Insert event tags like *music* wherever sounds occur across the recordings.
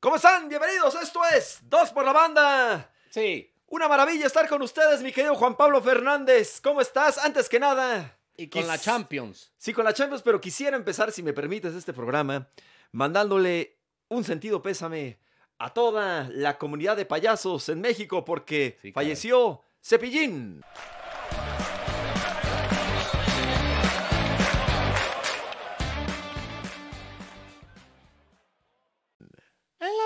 ¿Cómo están? Bienvenidos, esto es Dos por la Banda. Sí. Una maravilla estar con ustedes, mi querido Juan Pablo Fernández. ¿Cómo estás? Antes que nada. Y con quis- la Champions. Sí, con la Champions, pero quisiera empezar, si me permites, este programa mandándole un sentido pésame a toda la comunidad de payasos en México porque Sí, caray. falleció Cepillín. En la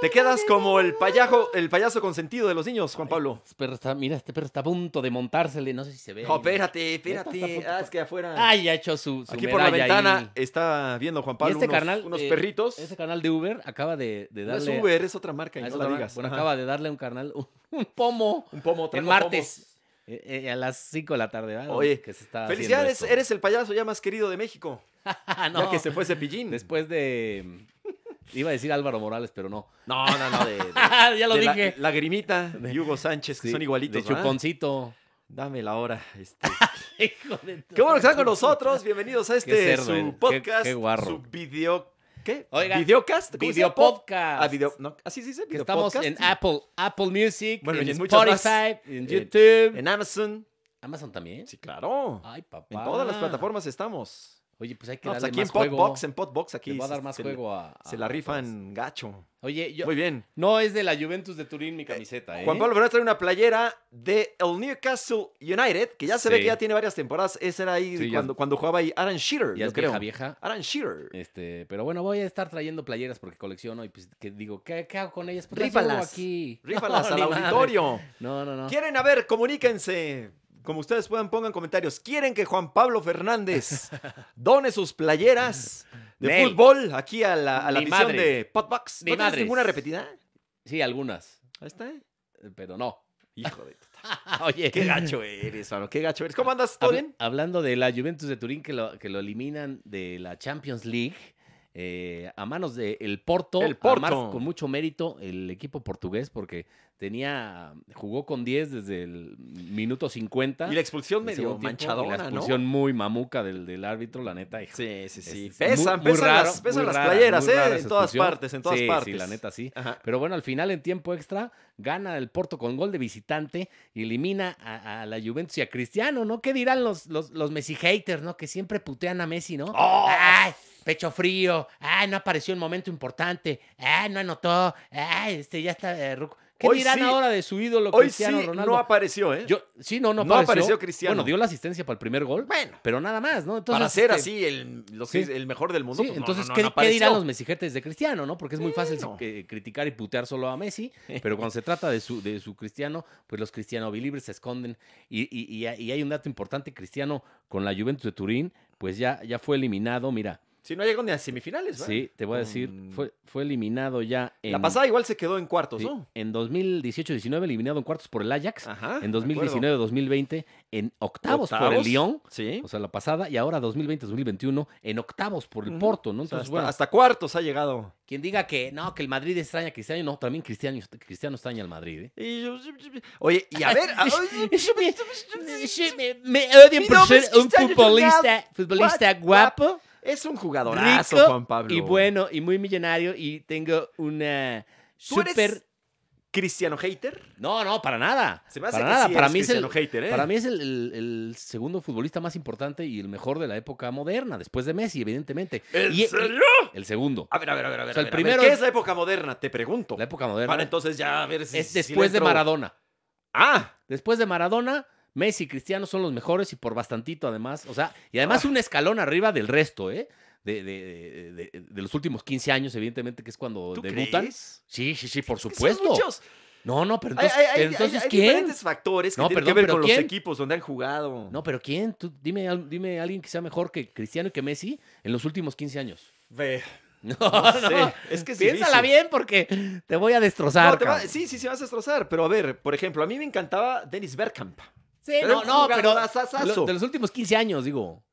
Te quedas como el, payajo, el payaso consentido de los niños, Juan Pablo. mira, este perro está a punto de montársele. No sé si se ve. No, ahí. espérate, Esta está espérate. por- Ah, es que afuera. Ay, ha hecho su, su Aquí por la medalla ventana ahí. está viendo Juan Y Pablo este unos, carnal, unos eh, perritos. Ese canal de Uber acaba de, de no es darle. Uber, es otra marca y a no esa la otra- digas. bueno, Ajá. acaba de darle a un carnal un, un pomo Un pomo, en trajo martes. eh, eh, a las 5 de la tarde, ¿verdad? Oye, que se está pomos. haciendo Felicidades, esto. eres el payaso ya más querido de México. *laughs* Ya Ah, no. que se fue Cepillín. Después de. Iba a decir Álvaro Morales, pero no. No, no, no, *laughs* de, de- *laughs* ya lo de la- dije. *laughs* Lagrimita y Hugo Sánchez, que Sí, son igualitos. De ¿verdad? *laughs* chuponcito. Dame la hora. este. Hijo de tu- Qué bueno que *laughs* están con nosotros. Bienvenidos a este cerdo, eh. su Qué- podcast, qué guarro. su video. ¿Qué? Oiga, ¿Videocast? ¿Cómo se llama? Videopodcast. Ah, video. No, así se dice. Que estamos videopodcast. en Apple, Apple Music, Bueno, en, y en muchas más. Spotify, en En- YouTube. En Amazon. Amazon también. Sí, claro. Ay, papá. En todas las plataformas estamos. Oye, pues Ah. hay que No, pues darle aquí en más juego. Podbox, en Podbox, aquí. Le va a se- dar más se, juego a, a- Se la a Ah, todos. rifan gacho. Oye, yo- Muy bien. no es de la Juventus de Turín mi camiseta, ¿eh? Juan Pablo Fernández trae una playera de el Newcastle United, que ya se ve Sí. que ya tiene varias temporadas. Ese era ahí Sí, ya- cuando, cuando jugaba ahí Aaron Shearer, ya yo es creo. vieja, vieja. Aaron Shearer. Este, pero bueno, voy a estar trayendo playeras porque colecciono y pues que digo, ¿qué, qué hago con ellas? Pues las Rífalas. llevo aquí. Rífalas al No, *laughs* ni madre. *laughs* auditorio. *laughs* No, no, no. Quieren, a ver, comuníquense. Como ustedes puedan, pongan comentarios. ¿Quieren que Juan Pablo *laughs* Fernández done sus playeras de Nel. fútbol aquí a la, a la Ni afición madres. de Podbox? Ni ¿No tienes madres. ninguna repetida? Sí, algunas, Ahí está. ¿eh? pero no. Hijo *laughs* de... Oye, Qué gacho eres, mano. Qué gacho eres. ¿Cómo andas? ¿Todo Habla- bien? Hablando de la Juventus de Turín, que lo, que lo eliminan de la Champions League. eh, a manos del el Porto, El Porto. además, con mucho mérito el equipo portugués porque tenía jugó con 10 desde el minuto 50 Y la expulsión del medio segundo tiempo, y manchadona, la ¿no? expulsión muy mamuca del, del árbitro, la neta. hijo. Sí, sí, sí. Es- es pesan, muy- muy pesan raro, las, pesan muy las rara, playeras, muy ¿eh? rara en esa todas expulsión. partes, en todas Sí, partes. Sí, la neta sí. Ajá. Pero bueno, al final en tiempo extra gana el Porto con gol de visitante y elimina a, a la Juventus y a Cristiano, ¿no? ¿Qué dirán los, los, los Messi haters, ¿no? Que siempre putean a Messi, ¿no? ¡Oh! ¡Ay! Pecho frío, ay, no apareció en momento importante, ay, no anotó, ay, este ya está eh, ruco. ¿Qué Hoy dirán sí- ahora de su ídolo Hoy Cristiano sí Ronaldo? no apareció, ¿eh? Yo- sí, no, no, No apareció Cristiano. Bueno, dio la asistencia para el primer gol, bueno, pero nada más, ¿no? Entonces, para ser este, así el, los- sí. el mejor del mundo, Sí, pues no, entonces, no, no, ¿qué, no qué dirán apareció. los mesijetes de Cristiano, no? Porque es muy fácil Bueno. eh, criticar y putear solo a Messi, pero cuando se trata de su, de su Cristiano, pues los Cristiano Believers se esconden. Y, y- y- y hay un dato importante, Cristiano con la Juventus de Turín, pues ya, ya fue eliminado, mira, Si no llegó ni a semifinales, ¿verdad? sí, te voy a decir, Con- fue, fue eliminado ya en... La pasada igual se quedó en cuartos, sí, ¿no? en 2018-19, eliminado en cuartos por el Ajax, Ajá. en Ah, de acuerdo. 2019-2020, en octavos, por el Octavos, Lyon. Pues, Sí. O sea, la pasada, y ahora 2020-2021 en octavos por el Ujú. Porto, ¿no? O sea, Entonces, hasta, bueno, hasta cuartos ha llegado. Quien diga que no, que el Madrid extraña a Cristiano, no, también Cristiano, Cristiano extraña al Madrid. ¿eh? Y yo- Oye, y *laughs* a ver. a- Me, odian por ser un futbolista- futbolista guapo, *laughs* Es un jugadorazo, Juan Pablo. y muy millonario y tengo una ¿Tú eres cristiano hater? No, no, para nada. Se me hace para que nada. sí para, eres mí es el, cristiano hater, ¿eh? para mí es el, el- el segundo futbolista más importante y el mejor de la época moderna, después de Messi, evidentemente. ¿En Y- y- serio? el segundo. A ver, a ver, a ver. A ver, O sea, a el ver, a ver, primero ¿Qué es... es- la época moderna? Te pregunto. La época moderna Para entonces ya a ver si. es si le después de entro. Maradona. Ah, Después de Maradona, Messi y Cristiano son los mejores y por bastantito además. O sea, y además un escalón arriba del resto, ¿eh? De, de- de- de- de los últimos 15 años, evidentemente, que es cuando ¿tú debutan. crees? Sí, sí, sí, por Es que supuesto. Son muchos. No, no, pero Hay- entonces, hay, hay- pero entonces hay- hay ¿quién? diferentes factores que No, tienen perdón, que ver pero con ¿quién? los equipos donde han jugado. No, pero ¿quién? Tú dime, al- dime a alguien que sea mejor que Cristiano y que Messi en los últimos 15 años. *laughs* Ve, No, no no. sé, Es que es Piénsala difícil. bien porque te voy a destrozar. No, te va- cabrón. sí, sí, se vas a destrozar. Pero a ver, por ejemplo, a mí me encantaba Dennis Bergkamp. Sí, Era Eh, no, un no, pero jugadorazazazo. de los- de los últimos 15 años, digo.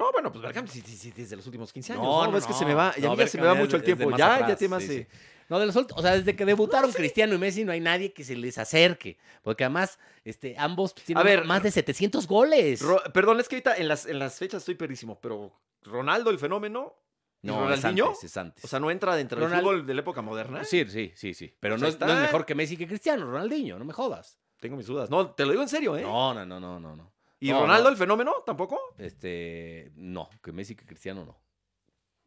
No, bueno, pues Bergkamp sí, sí, sí, desde los últimos 15 años. No, No, no, es que no. se me va, y a No, mí ya se me va Bergkamp es mucho el de- es de tiempo. más Ya, ya atrás, te más. sí, eh, No, de los últimos, o sea, desde que debutaron Cristiano y Messi no hay nadie que se les acerque, porque además este, ambos tienen A ver, más de 700 goles. Ro- perdón, es que ahorita en las, en las fechas estoy perdísimo, pero Ronaldo el fenómeno No, es Ronaldinho? antes, es antes. O sea, no entra dentro del Ronald- fútbol de la época moderna. sí, sí, sí, sí. Pero O no, sea, es, no es Pues está- mejor que Messi que Cristiano, Ronaldinho, no me jodas. Tengo mis dudas. No, te lo digo en serio, ¿eh? No, no, no, no, no, no. ¿Y no, Ronaldo no. el fenómeno tampoco? Este, no, que Messi que Cristiano no.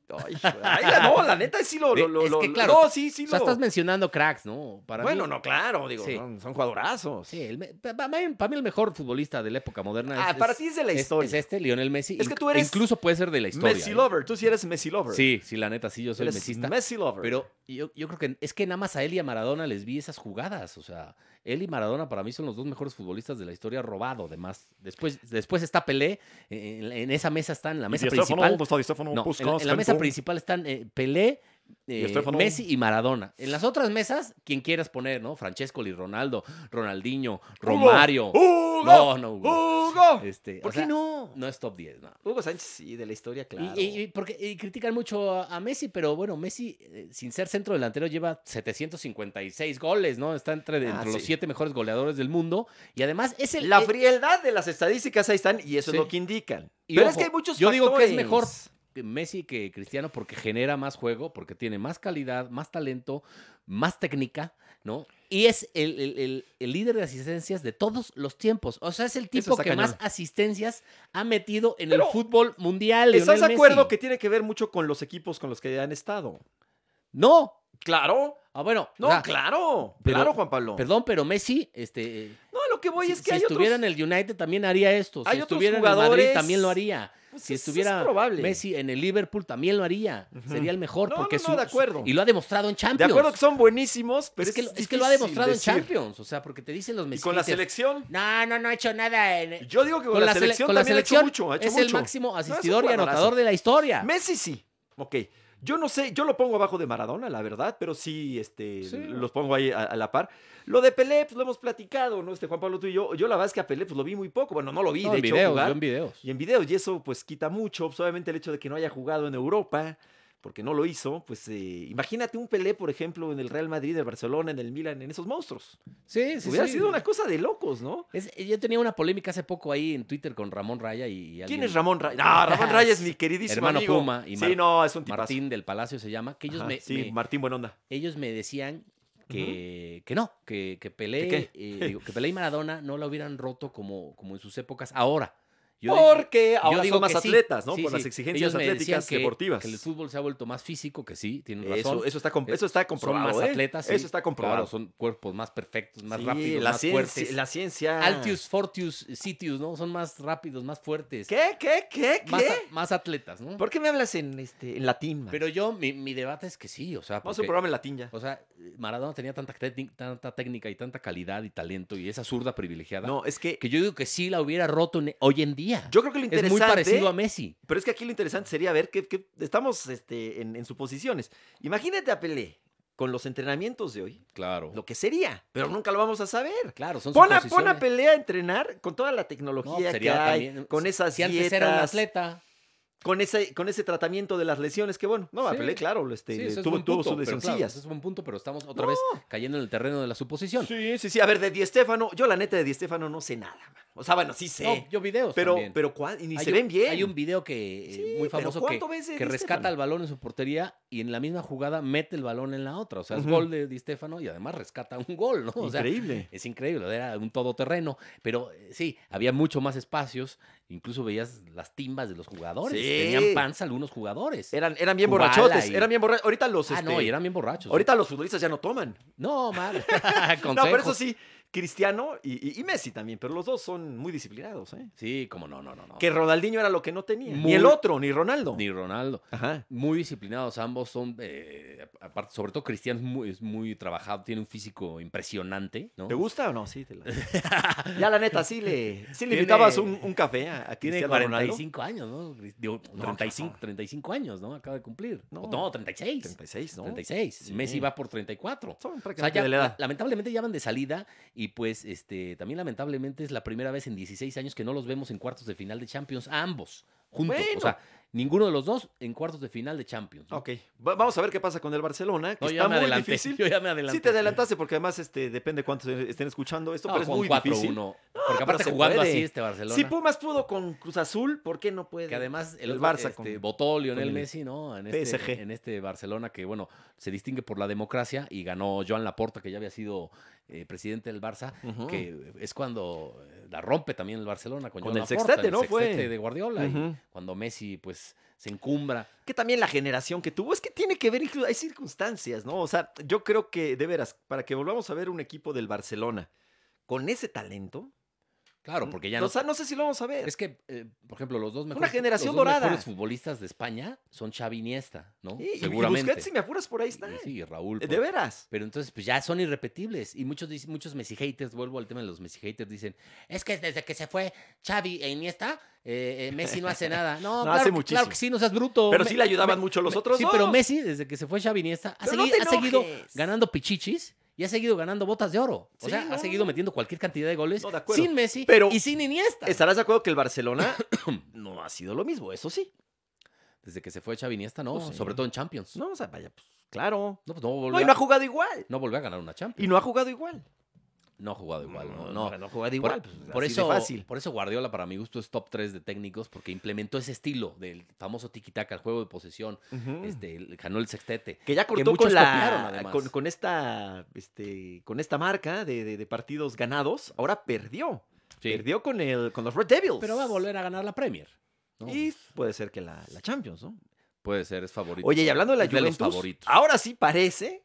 *laughs* Ay, ay, no, la neta sí lo. lo, lo- Es lo- que lo- claro, no, sí, sí O sea, lo. estás mencionando cracks, ¿no? Para mí- bueno, no, claro, digo, Sí. son, son jugadorazos. Sí, el me- pa- pa- para mí, el mejor futbolista de la época moderna Ah, es, para es- ti es de la es- historia. es este, Lionel Messi. Es que Inc- tú eres Incluso puede ser de la historia. Messi ¿eh? lover, tú sí eres Messi lover. Sí, sí, la neta, sí, yo soy eres mesista. Messi lover. Pero yo, yo creo que es que nada más a él y a Maradona les vi esas jugadas. O sea, él y Maradona para mí son los dos mejores futbolistas de la historia robado, además. Después, después está Pelé, en, en esa mesa están, en la mesa principal. No, en, la- en la mesa principal están eh, Pelé, eh, Estefano. Messi y Maradona. En las otras mesas, quien quieras poner, ¿no? Francesco y Ronaldo, Ronaldinho, Romario. Hugo. no, no, Hugo. Hugo. Este, ¿Por o qué sea, no? No es top 10, no. Hugo Sánchez sí, de la historia, Y- claro. Y, y porque, y critican mucho a, a Messi, pero bueno, Messi, eh, sin ser centro delantero, lleva 756 goles, ¿no? Está entre, Ah, entre los sí. siete mejores goleadores del mundo. Y además es el. la eh, frialdad de las estadísticas ahí están y eso Sí. es lo que indican. Y Pero es ojo, que hay muchos yo digo que es factores. mejor. que Messi que Cristiano porque genera más juego, porque tiene más calidad, más talento, más técnica, ¿no? Y es el, el- el- el líder de asistencias de todos los tiempos. O sea, es el tipo está que cañón. más asistencias ha metido en Pero, el fútbol mundial. ¿Estás Lionel de acuerdo Messi. que tiene que ver mucho con los equipos con los que han estado? No. Claro. Ah, bueno. No, o sea, claro. pero- claro, Juan Pablo. Perdón, pero Messi, este. eh, No, lo que voy si es que si hay otros... estuviera en el United también haría esto. Si Hay otros estuviera en el jugadores- Madrid también lo haría. Pues Si es- es estuviera probable. Messi en el Liverpool también lo haría. Ujú. Sería el mejor No, porque no, no, de acuerdo. y lo ha demostrado en De Champions. acuerdo que son buenísimos, pero es, que, es lo- es que lo ha demostrado difícil en decir. Champions. O sea, porque te dicen los Y Messi. con la selección. No, no, no ha hecho nada. en- Yo digo que con, la, sele- selección con la también selección ha hecho mucho. ha hecho es el mucho. máximo es un asistidor y jugadorazo. anotador de la historia. Messi sí. Ok. Yo no sé, yo lo pongo abajo de Maradona, la verdad, pero sí, este, Sí. los pongo ahí a, a la par. Lo de Pelé, pues lo hemos platicado, ¿no? Este Juan Pablo, tú y yo. Yo la verdad es que a Pelé, pues lo vi muy poco. Bueno, no lo vi, No, de en hecho, videos, jugar. yo en videos. Y en videos, y eso pues quita mucho. Pues, obviamente el hecho de que no haya jugado en Europa, porque no lo hizo, pues eh, imagínate un Pelé, por ejemplo, en el Real Madrid, en el Barcelona, en el Milan, en esos monstruos. Sí, sí, Hubiera sí. sido una cosa de locos, ¿no? Es- yo tenía una polémica hace poco ahí en Twitter con Ramón Raya y, y ¿Quién alguien- es Ramón Raya? No, *laughs* Ramón Raya es mi queridísimo Hermano amigo. Puma y sí, Mar- no, es un tipazo. Martín del Palacio se llama, que ellos, Ajá, me, sí, me- Martín Buena Onda. ellos me decían que, que no, que, que, Pelé, ¿Que eh, digo, que Pelé y Maradona no la hubieran roto como, como en sus épocas ahora. Yo de- Porque yo ahora digo son más que sí, atletas, ¿no? sí, Por sí. las exigencias Ellos me decían atléticas que- deportivas. Que el fútbol se ha vuelto más físico, que sí, tienen razón. eso, eso está, com- Eh, eso está son comprobado. más ¿eh? atletas. sí, Eso está comprobado. claro, son cuerpos más perfectos, más Sí, rápidos, la más ciencia, fuertes. la ciencia. Altius, Fortius, Sitius, ¿no? Son más rápidos, más fuertes. ¿Qué, qué, qué, qué? Más, a- más atletas, ¿no? ¿Por qué me hablas en, este, en latín? man? Pero yo, mi, mi debate es que sí, o sea, Vamos a un porque- programa en latín ya. O sea, Maradona tenía tanta, técnic- tanta técnica y tanta calidad y talento y esa zurda privilegiada No, es que que yo digo que sí la hubiera roto en- hoy en día. yo creo que lo es interesante. ¿eh? muy parecido a Messi. Pero es que aquí lo interesante sería ver que, que estamos este, en, en suposiciones. Imagínate a Pelé con los entrenamientos de hoy, Claro. lo que sería, pero nunca lo vamos a saber. claro, son Pon a, suposiciones. pon a Pelé a entrenar con toda la No, pues, tecnología que sería hay, también- con esas Si antes dietas, era un atleta. con ese con ese tratamiento de las lesiones, que bueno, no, a Sí. Pelé, claro, este, Sí, eso es tuvo, buen tuvo punto, sus pero claro, lesioncillas. ese es un punto, pero estamos otra vez cayendo en el terreno de la suposición. sí, sí, sí. A ver, de Di Stéfano, yo la neta de Di Stéfano no sé nada. man. O sea, bueno, sí sé. No, yo videos pero, también. pero ¿cuál? Y ni Hay se un- ven bien. Hay un video que eh, Sí, muy pero famoso que, ¿cuánto *laughs* ves de que Di rescata Stéfano? el balón en su portería y en la misma jugada mete el balón en la otra. O sea, es Ujú. gol de Di Stéfano y además rescata un gol, ¿no? O sea, Increíble. es increíble, era un todoterreno. Pero eh, sí, había mucho más espacios. Incluso veías las timbas de los jugadores. Sí. Tenían panza algunos jugadores. eran, eran bien Kubala borrachotes. y- Eran bien borrachos. Ahorita los. ah, este, no, y eran bien borrachos. ¿eh? Ahorita los futbolistas ya no toman. No, mal. *laughs* No, pero eso Consejos. sí, Cristiano y, y- y Messi también, pero los dos son muy disciplinados. ¿eh? Sí, como no, no, no. no. Que Ronaldinho era lo que no tenía. Muy- Ni el otro, ni Ronaldo. Ni Ronaldo. Ajá. muy disciplinados ambos son eh, aparte sobre todo Cristiano es muy, es muy trabajado tiene un físico impresionante no ¿Te gusta o no? Sí, te *laughs* la... Ya la neta, sí le, sí le Tiene- invitabas un, un café a, a tiene Cristiano Ronaldo. 45 años no Cris- digo, No, 35 cabrón. 35 años no acaba de cumplir No. O no 36 36, ¿no? 36 Sí. Messi va por 34 Son o sea, prácticamente ya- de la edad. lamentablemente ya van de salida y pues este también lamentablemente es la primera vez en 16 años que no los vemos en cuartos de final de Champions a ambos juntos. Bueno. o sea, Ninguno de los dos en cuartos de final de Champions. ¿no? Ok, Va- vamos a ver qué pasa con el Barcelona, que No, yo está ya me muy adelanté. *laughs* difícil. Yo ya me adelanté. Sí te adelantaste porque además este depende cuántos estén escuchando esto, No, pero es con muy 4-1. difícil. Porque aparte se jugando puede. así este Barcelona. Si Pumas pudo con Cruz Azul, ¿por qué no puede? que además el, el Barça Barça este, con- votó Lionel con el Messi, ¿no? En PSG. este, en este Barcelona que, bueno, se distingue por la democracia y ganó Joan Laporta, que ya había sido eh, presidente del Barça, Ujú. que es cuando eh, la rompe también el Barcelona con, Con el Joan Laporta, sextete, el ¿no? Fue. sextete de Guardiola. y Ujú. cuando Messi, pues, se encumbra. que también la generación que tuvo, es que tiene que ver, incluso hay circunstancias, ¿no? O sea, yo creo que, de veras, para que volvamos a ver un equipo del Barcelona con ese talento, mm, Claro, porque ya o no... sea, no sé si lo vamos a ver. Es que, eh, por ejemplo, los dos mejores, generación los dos dorada. mejores futbolistas de España son Xavi y Iniesta, ¿no? Sí, y- Y Seguramente. Busquets, si me apuras, por ahí está. Y sí, y Raúl. Eh, por- de veras. Pero entonces, pues ya son irrepetibles. Y muchos, dicen- muchos Messi haters, vuelvo al tema de los Messi haters, dicen, es que desde que se fue Xavi e Iniesta, eh, eh, Messi no hace nada. No, No, claro, hace que- muchísimo. claro que sí, no seas bruto. Pero Me- sí le ayudaban me- mucho los me- otros Sí, dos. pero Messi, desde que se fue Xavi e Iniesta, ha, Pero no segui- te ha seguido enojes. ganando pichichis y ha seguido ganando botas de oro. O Sí, sea, ha no, seguido no. metiendo cualquier cantidad de goles No, de acuerdo. sin Messi Pero- y sin Iniesta. Estarás de acuerdo que el *coughs* Barcelona no ha sido lo mismo, eso sí. Desde que se fue Xavi e Iniesta, no, Pues sí. sobre todo en Champions. No, No, o sea, vaya, pues, claro. pues no volvió, No, y a- no ha no, jugado igual. volvió a ganar una Champions. Y no ha jugado igual. No ha jugado igual, no, no. ha jugado Por- igual. Por, pues, así de eso, fácil. por eso Guardiola, para mi gusto, es top 3 de técnicos, porque implementó ese estilo del famoso tiki-taka, el juego de posesión, Ujú. este, el- ganó el sextete. Que ya cortó muchos con copiaron, la además. con, con esta este, con esta marca de, de- de partidos ganados, ahora perdió. Perdió con el con los Red Devils. Pero va a volver a ganar la Premier. ¿no? Y puede ser que la, la Champions, ¿no? Puede ser, es favorito. Oye, y hablando de la Es de los Juventus, favoritos. ahora sí parece,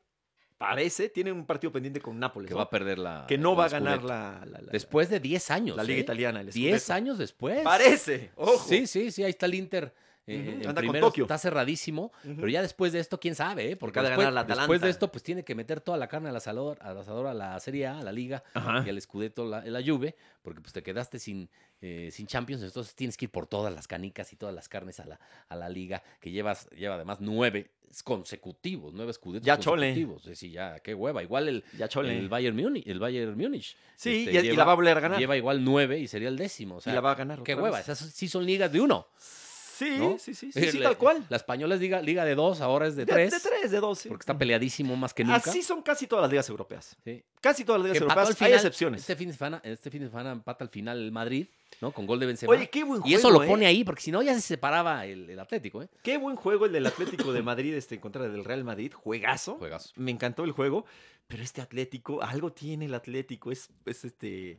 parece, tiene un partido pendiente con Nápoles, que ¿no? va a perder la. Que no el va a ganar Scudetto. la, la- la- Después de 10 años. la Liga ¿eh? Italiana. el 10 Scudetto. años después. Parece, ojo. Sí, sí, sí, ahí está el Inter. eh, Ujú, en anda con primeros, Tokio. está cerradísimo, Ujú. pero ya después de esto, quién sabe, ¿eh? porque Acaba de después, ganar la después de Atalanta. esto, pues tiene que meter toda la carne al asador, al asador a la Serie A, a la Liga, Ajá. y al Scudetto la, la Juve, porque pues te quedaste sin, eh, sin Champions, entonces tienes que ir por todas las canicas y todas las carnes a la, a la Liga, que llevas, lleva además nueve consecutivos, nueve Scudettos Ya chole. consecutivos. Es decir, ya, qué hueva. Igual el, Ya chole. el Bayern Múnich, el Bayern Múnich. sí, este, y, y la lleva- va a volver a ganar. Lleva igual nueve y sería el décimo. O sea, y la va a ganar. qué otra hueva. vez. Esas sí son ligas de uno. Sí, ¿no? sí, sí, *laughs* sí, sí, La- tal cual. La española es liga, liga de dos, ahora es de tres. De tres, de dos. sí. Porque está peleadísimo más que nunca. Así son casi todas las ligas europeas. Sí. Casi todas las Que ligas empató al europeas. final, Hay excepciones. Este fin, de semana, este fin de semana empata al final el Madrid, ¿no? Con gol de Benzema. Oye, qué buen y juego. eso lo ¿eh? pone ahí, porque si no ya se separaba el, el Atlético, ¿eh? Qué buen juego el del Atlético de Madrid este, en contra del Real Madrid. Juegazo. Juegas. Me encantó el juego. Pero este Atlético, algo tiene el Atlético. Es, es este.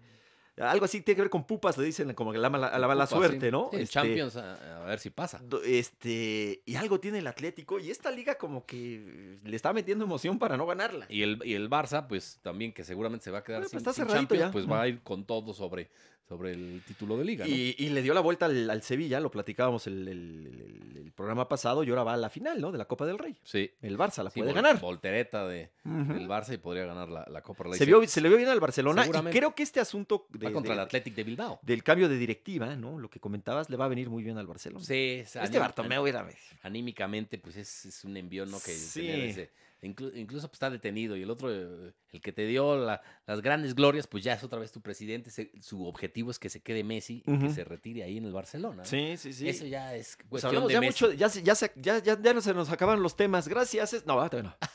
Algo así tiene que ver con pupas, le dicen como que la mala, a la mala suerte, ¿no? El Este, Champions, a, a ver si pasa. do- Este, y algo tiene el Atlético, y esta liga como que le está metiendo emoción para no ganarla. Y el, y el Barça, pues también, que seguramente se va a quedar Bueno, pues, sin, está sin cerradito Champions, ya. pues va a ir con todo sobre, sobre el título de liga, ¿no? Y, y le dio la vuelta al, al Sevilla, lo platicábamos el, el- el- el programa pasado, y ahora va a la final, ¿no? De la Copa del Rey. sí. El Barça la Sí, puede vol- ganar. Voltereta de, Ujú. del Barça y podría ganar la, la Copa. Rey. se, vio, se le vio bien al Barcelona y Seguramente. creo que este asunto de- Va contra de- el Athletic de Bilbao. del cambio de directiva, ¿no? Lo que comentabas, le va a venir muy bien al Barcelona. Sí, es este anímica- Bartomeu era... anímicamente, pues es, es un envío, ¿no? Que Sí. tener ese- inclu- incluso pues, está detenido y el otro, eh, el que te dio la- las grandes glorias, pues ya es otra vez tu presidente. se- su objetivo es que se quede Messi y que Ujú. se retire ahí en el Barcelona. ¿no? Sí, sí, sí. Eso ya es Pues cuestión hablamos de ya Messi. mucho, ya, se- ya, se- ya, ya, ya no se nos acaban los temas. Gracias. es- No, va, todavía *laughs* no.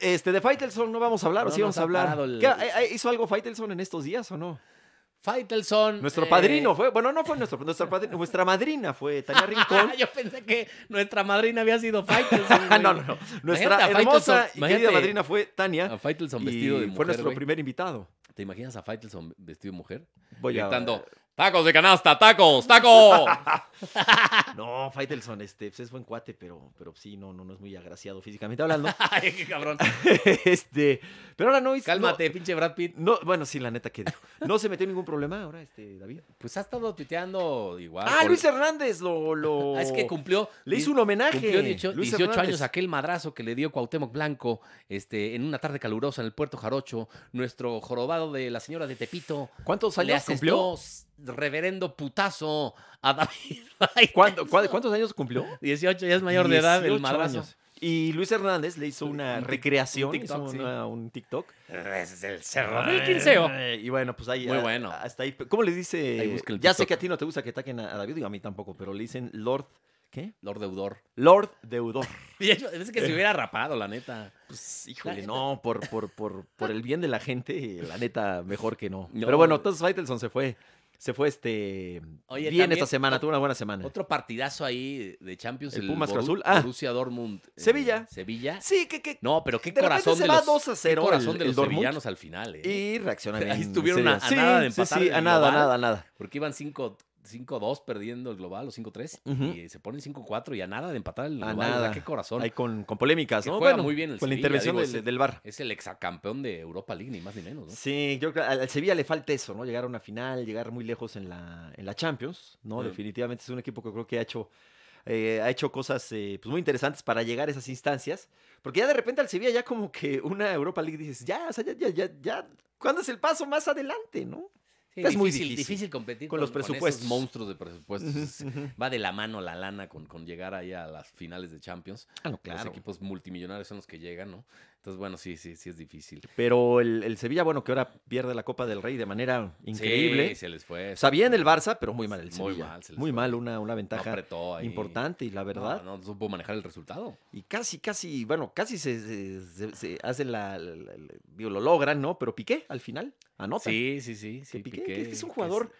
Este, de Faitelson no vamos a hablar, o No sí vamos nos ha a hablar. parado el- ¿Qué, eh, eh, ¿Hizo algo Faitelson en estos días o no? Faitelson. Nuestro eh, *laughs* padrino fue, bueno, no fue nuestro, nuestro padrino, nuestra madrina fue Tania Rincón. Yo pensé que nuestra madrina había *laughs* sido Faitelson. güey. Ah, no, no, no. Nuestra Imagínate a hermosa Faitelson, y querida imagínate madrina fue Tania. A Faitelson Y vestido de mujer. fue nuestro güey. primer invitado. ¿Te imaginas a Faitelson vestido de mujer? Voy a- Gritando, tacos de canasta, tacos, tacos. *laughs* *laughs* No, Faitelson, este, pues es buen cuate, pero, pero sí, no, no, no es muy agraciado físicamente *laughs* hablando. *laughs* Ay, qué cabrón. este, pero ahora no hizo. Cálmate, pinche Brad Pitt. No, no, bueno, sí, la neta que dijo. No se metió en ningún problema ahora, este, David. Pues ha estado tuiteando igual. Ah, por- Luis Hernández lo, lo. Ah, Es que cumplió. le hizo un homenaje. Cumplió 18, Luis 18 Hernández. años aquel madrazo que le dio Cuauhtémoc Blanco este, en una tarde calurosa en el Puerto Jarocho. Nuestro jorobado de la señora de Tepito. ¿Cuántos le años cumplió? asestó s- reverendo putazo a David. *laughs* ¿Cuándo- cua- ¿Cuántos años cumplió? 18 ya es mayor de edad el 18 madrazo. años. Y Luis Hernández le hizo una Un tic- recreación, un TikTok, hizo sí. una- un TikTok. Es el cerro del quinceo. Ay, Y bueno, pues ahí. Muy a- bueno. Hasta ahí. ¿Cómo le dice? Ahí busca el ya TikTok. sé que a ti no te gusta que ataquen a, a David y a mí tampoco, pero le dicen Lord ¿Qué? Lord Deudor. *laughs* Lord Deudor. Y yo- Es que se hubiera rapado, la neta. Pues, La híjole, neta. no, por, por, por, por el bien de la gente, la neta, mejor que no. No. Pero bueno, entonces Faitelson se fue. Se fue este. Oye, bien también- esta semana, tuvo una buena semana. Otro partidazo ahí de Champions. Eh. El Pumas Cruz Azul. Boru- Ah. Borussia Dortmund. eh, Sevilla. Sevilla. Sí, que, que No, pero qué De repente corazón se de va los, 2 a 0 qué corazón el- de el los Dortmund. sevillanos al final, ¿eh? Y reacciona Ahí bien. estuvieron a- a serio. nada de Sí, empatar Sí, sí, el a nada, global. nada, nada. Porque iban 5 5-2 perdiendo el global o 5-3 Ujú. y se ponen 5-4 y a nada de empatar el A global. o sea, nada. qué corazón. Ahí con, con polémicas, Que ¿no? juega muy bien el Con la Sevilla, intervención digo, del, ese- del VAR. Es el exacampeón de Europa League, ni más ni menos, ¿no? Sí, yo creo que al al Sevilla le falta eso, ¿no? Llegar a una final, llegar muy lejos en la, en la Champions, ¿no? Mm. Definitivamente es un equipo que creo que ha hecho, eh, ha hecho cosas eh, pues muy interesantes para llegar a esas instancias. Porque ya de repente al Sevilla ya como que una Europa League dices, ya, o sea, ya, ya, ya, ya, ¿cuándo es el paso más adelante, no? Sí, Es muy difícil. difícil competir Con los esos presupuestos. monstruos de presupuestos. Es- Va de la mano la lana con, con llegar ahí a las finales de Champions. Ah, no, Los equipos multimillonarios son los que llegan, ¿no? Entonces, bueno, sí, sí, sí es difícil. Pero el, el Sevilla, bueno, que ahora pierde la Copa del Rey de manera increíble. Sí, se les fue. O sea, bien el Barça, pero muy mal el Muy Sevilla. Muy mal, mal, se les fue. una, una No ventaja apretó ahí. importante, y la verdad. No, no supo manejar el resultado. Y casi, casi, bueno, casi se, se, se- se hacen la, la- la- la- digo, lo logran, ¿no? Pero Piqué al final anota. Sí, sí, sí. Que sí Piqué, Piqué, que es un que jugador,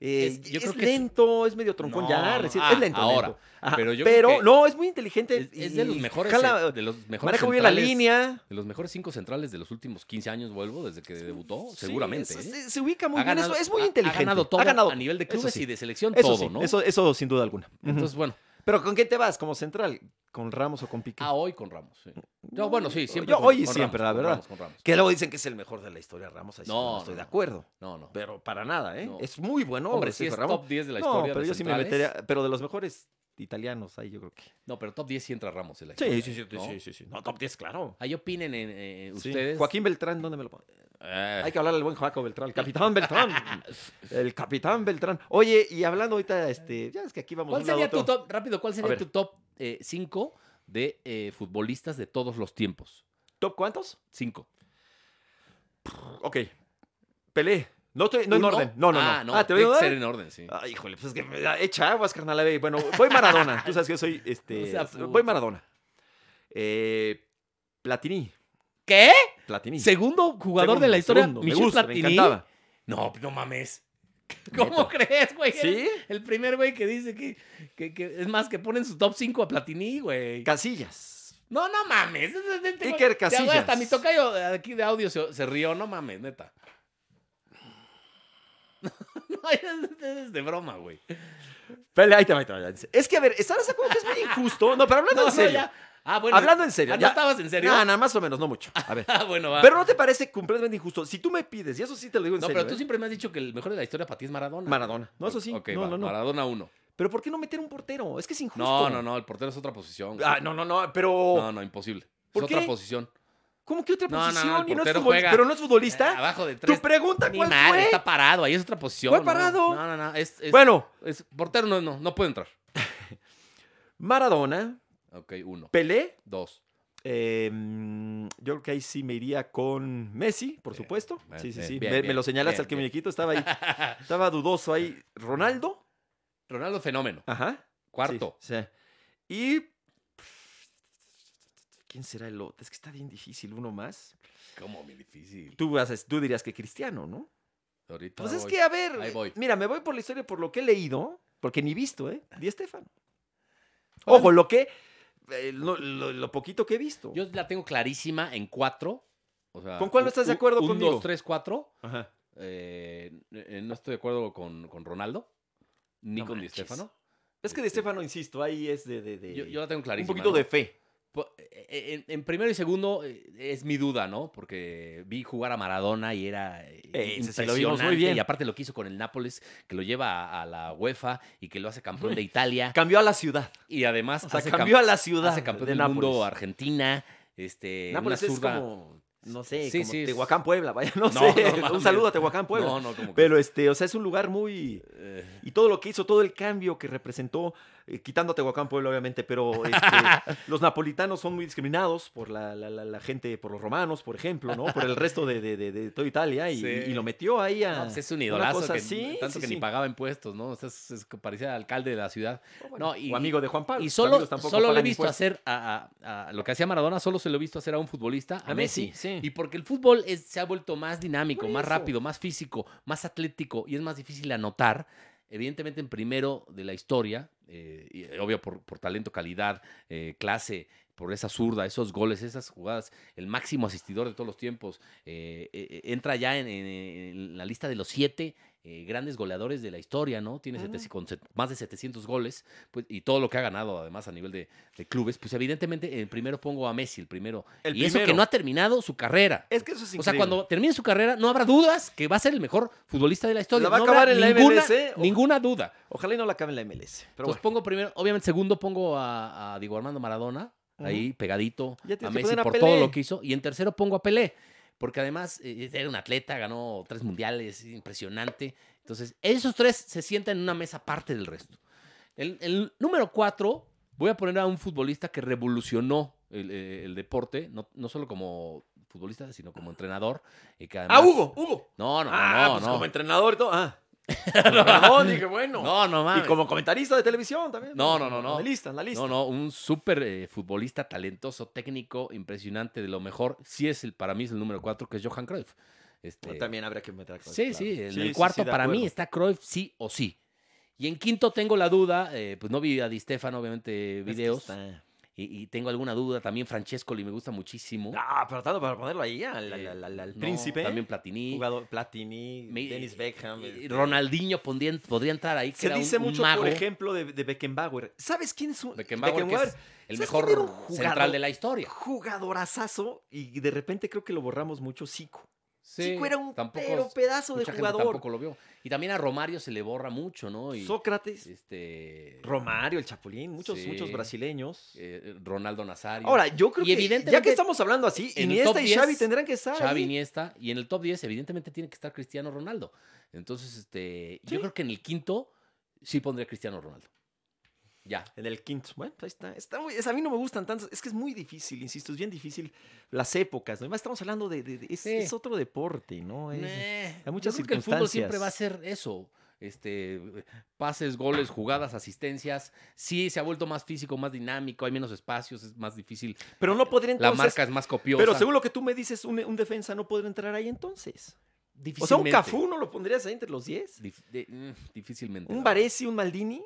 eh, es- yo es creo que es- lento, es medio troncón, No, ya, no, recién- ah, es lento. ahora, lento. Ajá, pero pero yo creo que no, es muy inteligente. Es, es de y los mejores. jala- eh, de los mejores maneja muy bien la centrales- línea. De los mejores cinco centrales de los últimos 15 años, vuelvo, desde que debutó, Sí, seguramente. es- ¿eh? se, se ubica muy Ha bien, ganado- es, es muy ha- inteligente. Ha ganado todo Ha ganado. a nivel de Eso clubes sí. y de selección, Eso todo, sí, ¿no? Eso, eso sin duda alguna. Ujú. Entonces, bueno, Pero ¿con quién te vas? ¿Como central? ¿Con Ramos o con Piqué? ah, hoy con Ramos. sí. No, bueno, sí, Mm, siempre. Yo con- hoy y con siempre, Ramos, la con verdad. Ramos, con Ramos. Que luego dicen que es el mejor de la historia, Ramos. Ahí sí No, no, no, estoy de no. acuerdo. No, no. Pero para nada, ¿eh? No. Es muy bueno. Hombre, sí Sergio es Ramos. top 10 de la no, historia. pero de yo sí me centrales. metería. Pero de los mejores italianos ahí, yo creo que. No, pero top 10 sí entra Ramos. en la Sí, historia, sí, sí, ¿no? sí, sí, sí. No, top 10, claro. Ahí opinen en, eh, Sí. ustedes. Joaquín Beltrán, ¿dónde me lo pone? Eh, Hay que hablar al buen Joaco Beltrán, el capitán *laughs* Beltrán. el capitán Beltrán. Oye, y hablando ahorita, este, ya es que aquí vamos ¿Cuál de un lado sería a tu otro. top? Rápido, ¿cuál sería ver. tu top 5 de eh, futbolistas de todos los tiempos? ¿Top cuántos? 5. Ok. Pelé. No, estoy, no en orden. No, no, ah, no. no. ¿te tiene voy a que dar? ser en orden, sí. Ah, híjole, pues es que me da- echa aguas, carnal. a ver, Bueno, voy Maradona. Tú sabes que yo *laughs* soy, este, O sea, puta. voy Maradona. Eh, Platini. ¿Qué? Platini. Segundo jugador Segundo, de la historia, segundo. Me Michel gusta, me Platini. encantaba. no, *laughs* no mames. Neta. ¿Cómo crees, güey? ¿Sí? El primer güey que dice que, que- que- es más que ponen su top 5 a Platini, güey. Casillas. No, no mames. Es- este es- es- te- Iker te hago- Casillas. Hasta mi tocayo aquí de audio se, se rió, no mames, neta. *laughs* No, es, es de broma, güey. Pele, ahí te va, ahí te va. Es que, a ver, ¿estás de acuerdo que es muy injusto? No, pero hablando *laughs* No, en serio. no, ya. Ah, bueno. Hablando en serio, Ah, ¿no ya. estabas en serio? Nada, nada, más o menos, no mucho. A ver. *laughs* Ah, bueno, va. Pero no te parece completamente injusto. Si tú me pides, y eso sí te lo digo en no, serio. pero tú ¿eh? siempre me has dicho que el mejor de la historia para ti es Maradona. Maradona. No, eso sí. Ok, no, va, no, no. Maradona 1. Pero ¿por qué no meter un portero? Es que es injusto. No, no, no, el portero es otra posición. güey. Ah, no, no, no, pero. No, no, imposible. ¿Por es otra qué? posición. ¿Cómo que otra No, no, no, el posición? y no es portero futbolista- juega. Pero no es Eh, futbolista. abajo de tu tres. pregunta, Ni ¿cuál madre, fue? está parado, ahí es otra posición. ¿Cuál ¿no? parado? No, no, no. Es, es- Bueno, es- portero no, no, no puede entrar. Maradona, Ok, uno. Pelé. Dos. *laughs* eh, yo creo que ahí sí me iría con Messi, por Bien, supuesto. bien, sí, sí, bien, sí. bien, me, me bien, lo señalaste bien, al que bien. muñequito estaba *laughs* ahí. Estaba dudoso ahí. Ronaldo. Ronaldo Fenómeno. Ajá. Cuarto. Sí, sí. Y. ¿Quién será el otro? Es que está bien difícil uno más. ¿Cómo? Muy difícil. Tú, vas a- tú dirías que Cristiano, ¿no? Ahorita Pues es voy. que, a ver, Ahí voy. mira, me voy por la historia por lo que he leído, porque ni visto, ¿eh? Di Estefano. Bueno. Ojo, lo que. eh, no, lo, lo poquito que he visto. Yo la tengo clarísima en cuatro. O sea, ¿Con cuál no un- estás de un- acuerdo un, conmigo? dos, tres, cuatro. Ajá. Eh, eh, no estoy de acuerdo con, con Ronaldo. Ni No con Di manches. Stefano. Es que de Estefano, insisto, ahí es de. de- de- Este, Yo, yo la tengo un clarísima. poquito ¿no? de fe. Po- eh, En, en primero y segundo eh, es mi duda, ¿no? Porque vi jugar a Maradona y era eh, Eh, ese sí impresionante. lo vimos muy bien. Y aparte lo que hizo con el Nápoles, que lo lleva a, a la UEFA y que lo hace campeón de Italia. Cambió a la ciudad. Y además O sea, hace, cam- cambió a la ciudad. hace campeón de del Nápoles. mundo a Argentina. Este, una Nápoles es zurda- como. No sé, Sí, como sí, es- Tehuacán, Puebla, vaya, *laughs* no, No, no sé. un mames. saludo a Tehuacán, Puebla. No, no, como que- Pero este, o sea, es un lugar muy. Eh, Y todo lo que hizo, todo el cambio que representó eh, quitando a Tehuacán Pueblo, obviamente, *laughs* pero este, los napolitanos son muy discriminados por la, la- la- la gente, por los romanos, por ejemplo, ¿no? Por el resto de, de- de- de toda Italia y, Sí. y lo metió ahí a... No, pues es un una idolazo, cosa que, así, tanto sí, que sí. ni pagaba impuestos, ¿no? O sea, es- es que parecía alcalde de la ciudad. O bueno, no, y- o amigo de Juan Pablo. Y sus solo, amigos tampoco solo le he pagan visto impuestos. hacer a, a- a- lo que hacía Maradona, solo se lo he visto hacer a un futbolista, a, A Messi. Messi, sí. Y porque el fútbol es- se ha vuelto más dinámico, Por más eso. rápido, más físico, más atlético y es más difícil anotar. Evidentemente, en primero de la historia, eh, y, eh, obvio por, por talento, calidad, eh, clase, por esa zurda, esos goles, esas jugadas, el máximo asistidor de todos los tiempos, eh, eh, eh, entra ya en, en- en la lista de los siete eh, grandes goleadores de la historia, ¿no? Tiene Ujú. 700 con set- más de 700 goles pues, y todo lo que ha ganado además a nivel de, de clubes. Pues evidentemente el primero pongo a Messi, el primero. El y eso que primero. no ha terminado su carrera. Es que eso es o sea, increíble. cuando termine su carrera, no habrá dudas que va a ser el mejor futbolista de la historia. ¿La va a No habrá acabar en la ninguna, MLS? Ninguna duda. Ojalá y no la acabe en la MLS. Pero Entonces bueno, pongo primero, obviamente segundo pongo a, a Diego Armando Maradona, Ujú. ahí pegadito Ya tienes a que Messi poner a por Pelé. todo lo que hizo. Y en tercero pongo a Pelé, porque además eh, era un atleta, ganó tres mundiales, impresionante. Entonces, esos tres se sientan en una mesa aparte del resto. El, el número cuatro, voy a poner a un futbolista que revolucionó el, eh, el deporte, no, no solo como futbolista, sino como entrenador. eh, que ¡Ah, además- Hugo! ¡Hugo! No, no, no, ah, no. pues no. como entrenador y todo. *laughs* Ah. Perdón, dije, bueno. *laughs* no, no y mames. como comentarista de televisión también. No, no, no, no. En la lista, en la lista. No, no, un súper eh, futbolista talentoso, técnico, impresionante, de lo mejor. Sí es el, para mí es el número cuatro, que es Johan Cruyff. Este, Ah, También habría que meter a Cruyff, sí, claro. sí, en Sí, el sí, cuarto sí, de para mí acuerdo. está Cruyff sí o sí. Y en quinto tengo la duda, eh, pues no vi a Di Stefano, obviamente, Es que videos. está- Y, y tengo alguna duda también, Francescoli me gusta muchísimo. Ah, pero tanto para ponerlo ahí al, al- Eh, al- al- al no, príncipe. También Platini. Jugador Platini, Me- Dennis Beckham. eh, este, Ronaldinho podría, podría entrar ahí. que Se era un- dice un mucho, mago. por ejemplo, de, de Beckenbauer. ¿Sabes quién es un Beckenbauer, que es el ¿Sabes mejor quién era un jugador? central de la historia. Jugadorazazo y de repente creo que lo borramos mucho, Zico. Sí, Zico era un tampoco- pero pedazo de mucha gente jugador. tampoco lo vio. Y también a Romario se le borra mucho, ¿no? Y, Sócrates, este Romario, el Chapulín, muchos, Sí. muchos brasileños. eh, Ronaldo Nazario. Ahora, yo creo Y que ya evidentemente, que estamos hablando así, en el top Iniesta y 10, Xavi tendrán que estar Xavi ahí. Iniesta y en el top 10 evidentemente tiene que estar Cristiano Ronaldo. Entonces, este, yo Sí. creo que en el quinto sí pondría Cristiano Ronaldo. Ya. En el quinto. Bueno, pues, ahí está. está muy- es- a mí no me gustan tantos. Es que es muy difícil, insisto, es bien difícil las épocas. ¿no? Además, estamos hablando de. de- de- es, Sí. es otro deporte, ¿no? Es- Nah, Pues, hay muchas yo creo que el fútbol circunstancias. siempre va a ser eso. Este, pases, goles, jugadas, asistencias. Sí, se ha vuelto más físico, más dinámico, hay menos espacios, es más difícil. Pero no podría la entonces. marca es más copiosa. pero según lo que tú me dices, un, un defensa no podría entrar ahí entonces. O sea, un difícilmente. Cafú no lo pondrías ahí entre los 10. Dif- de- mm, difícilmente. Un la verdad. Baresi, un Maldini.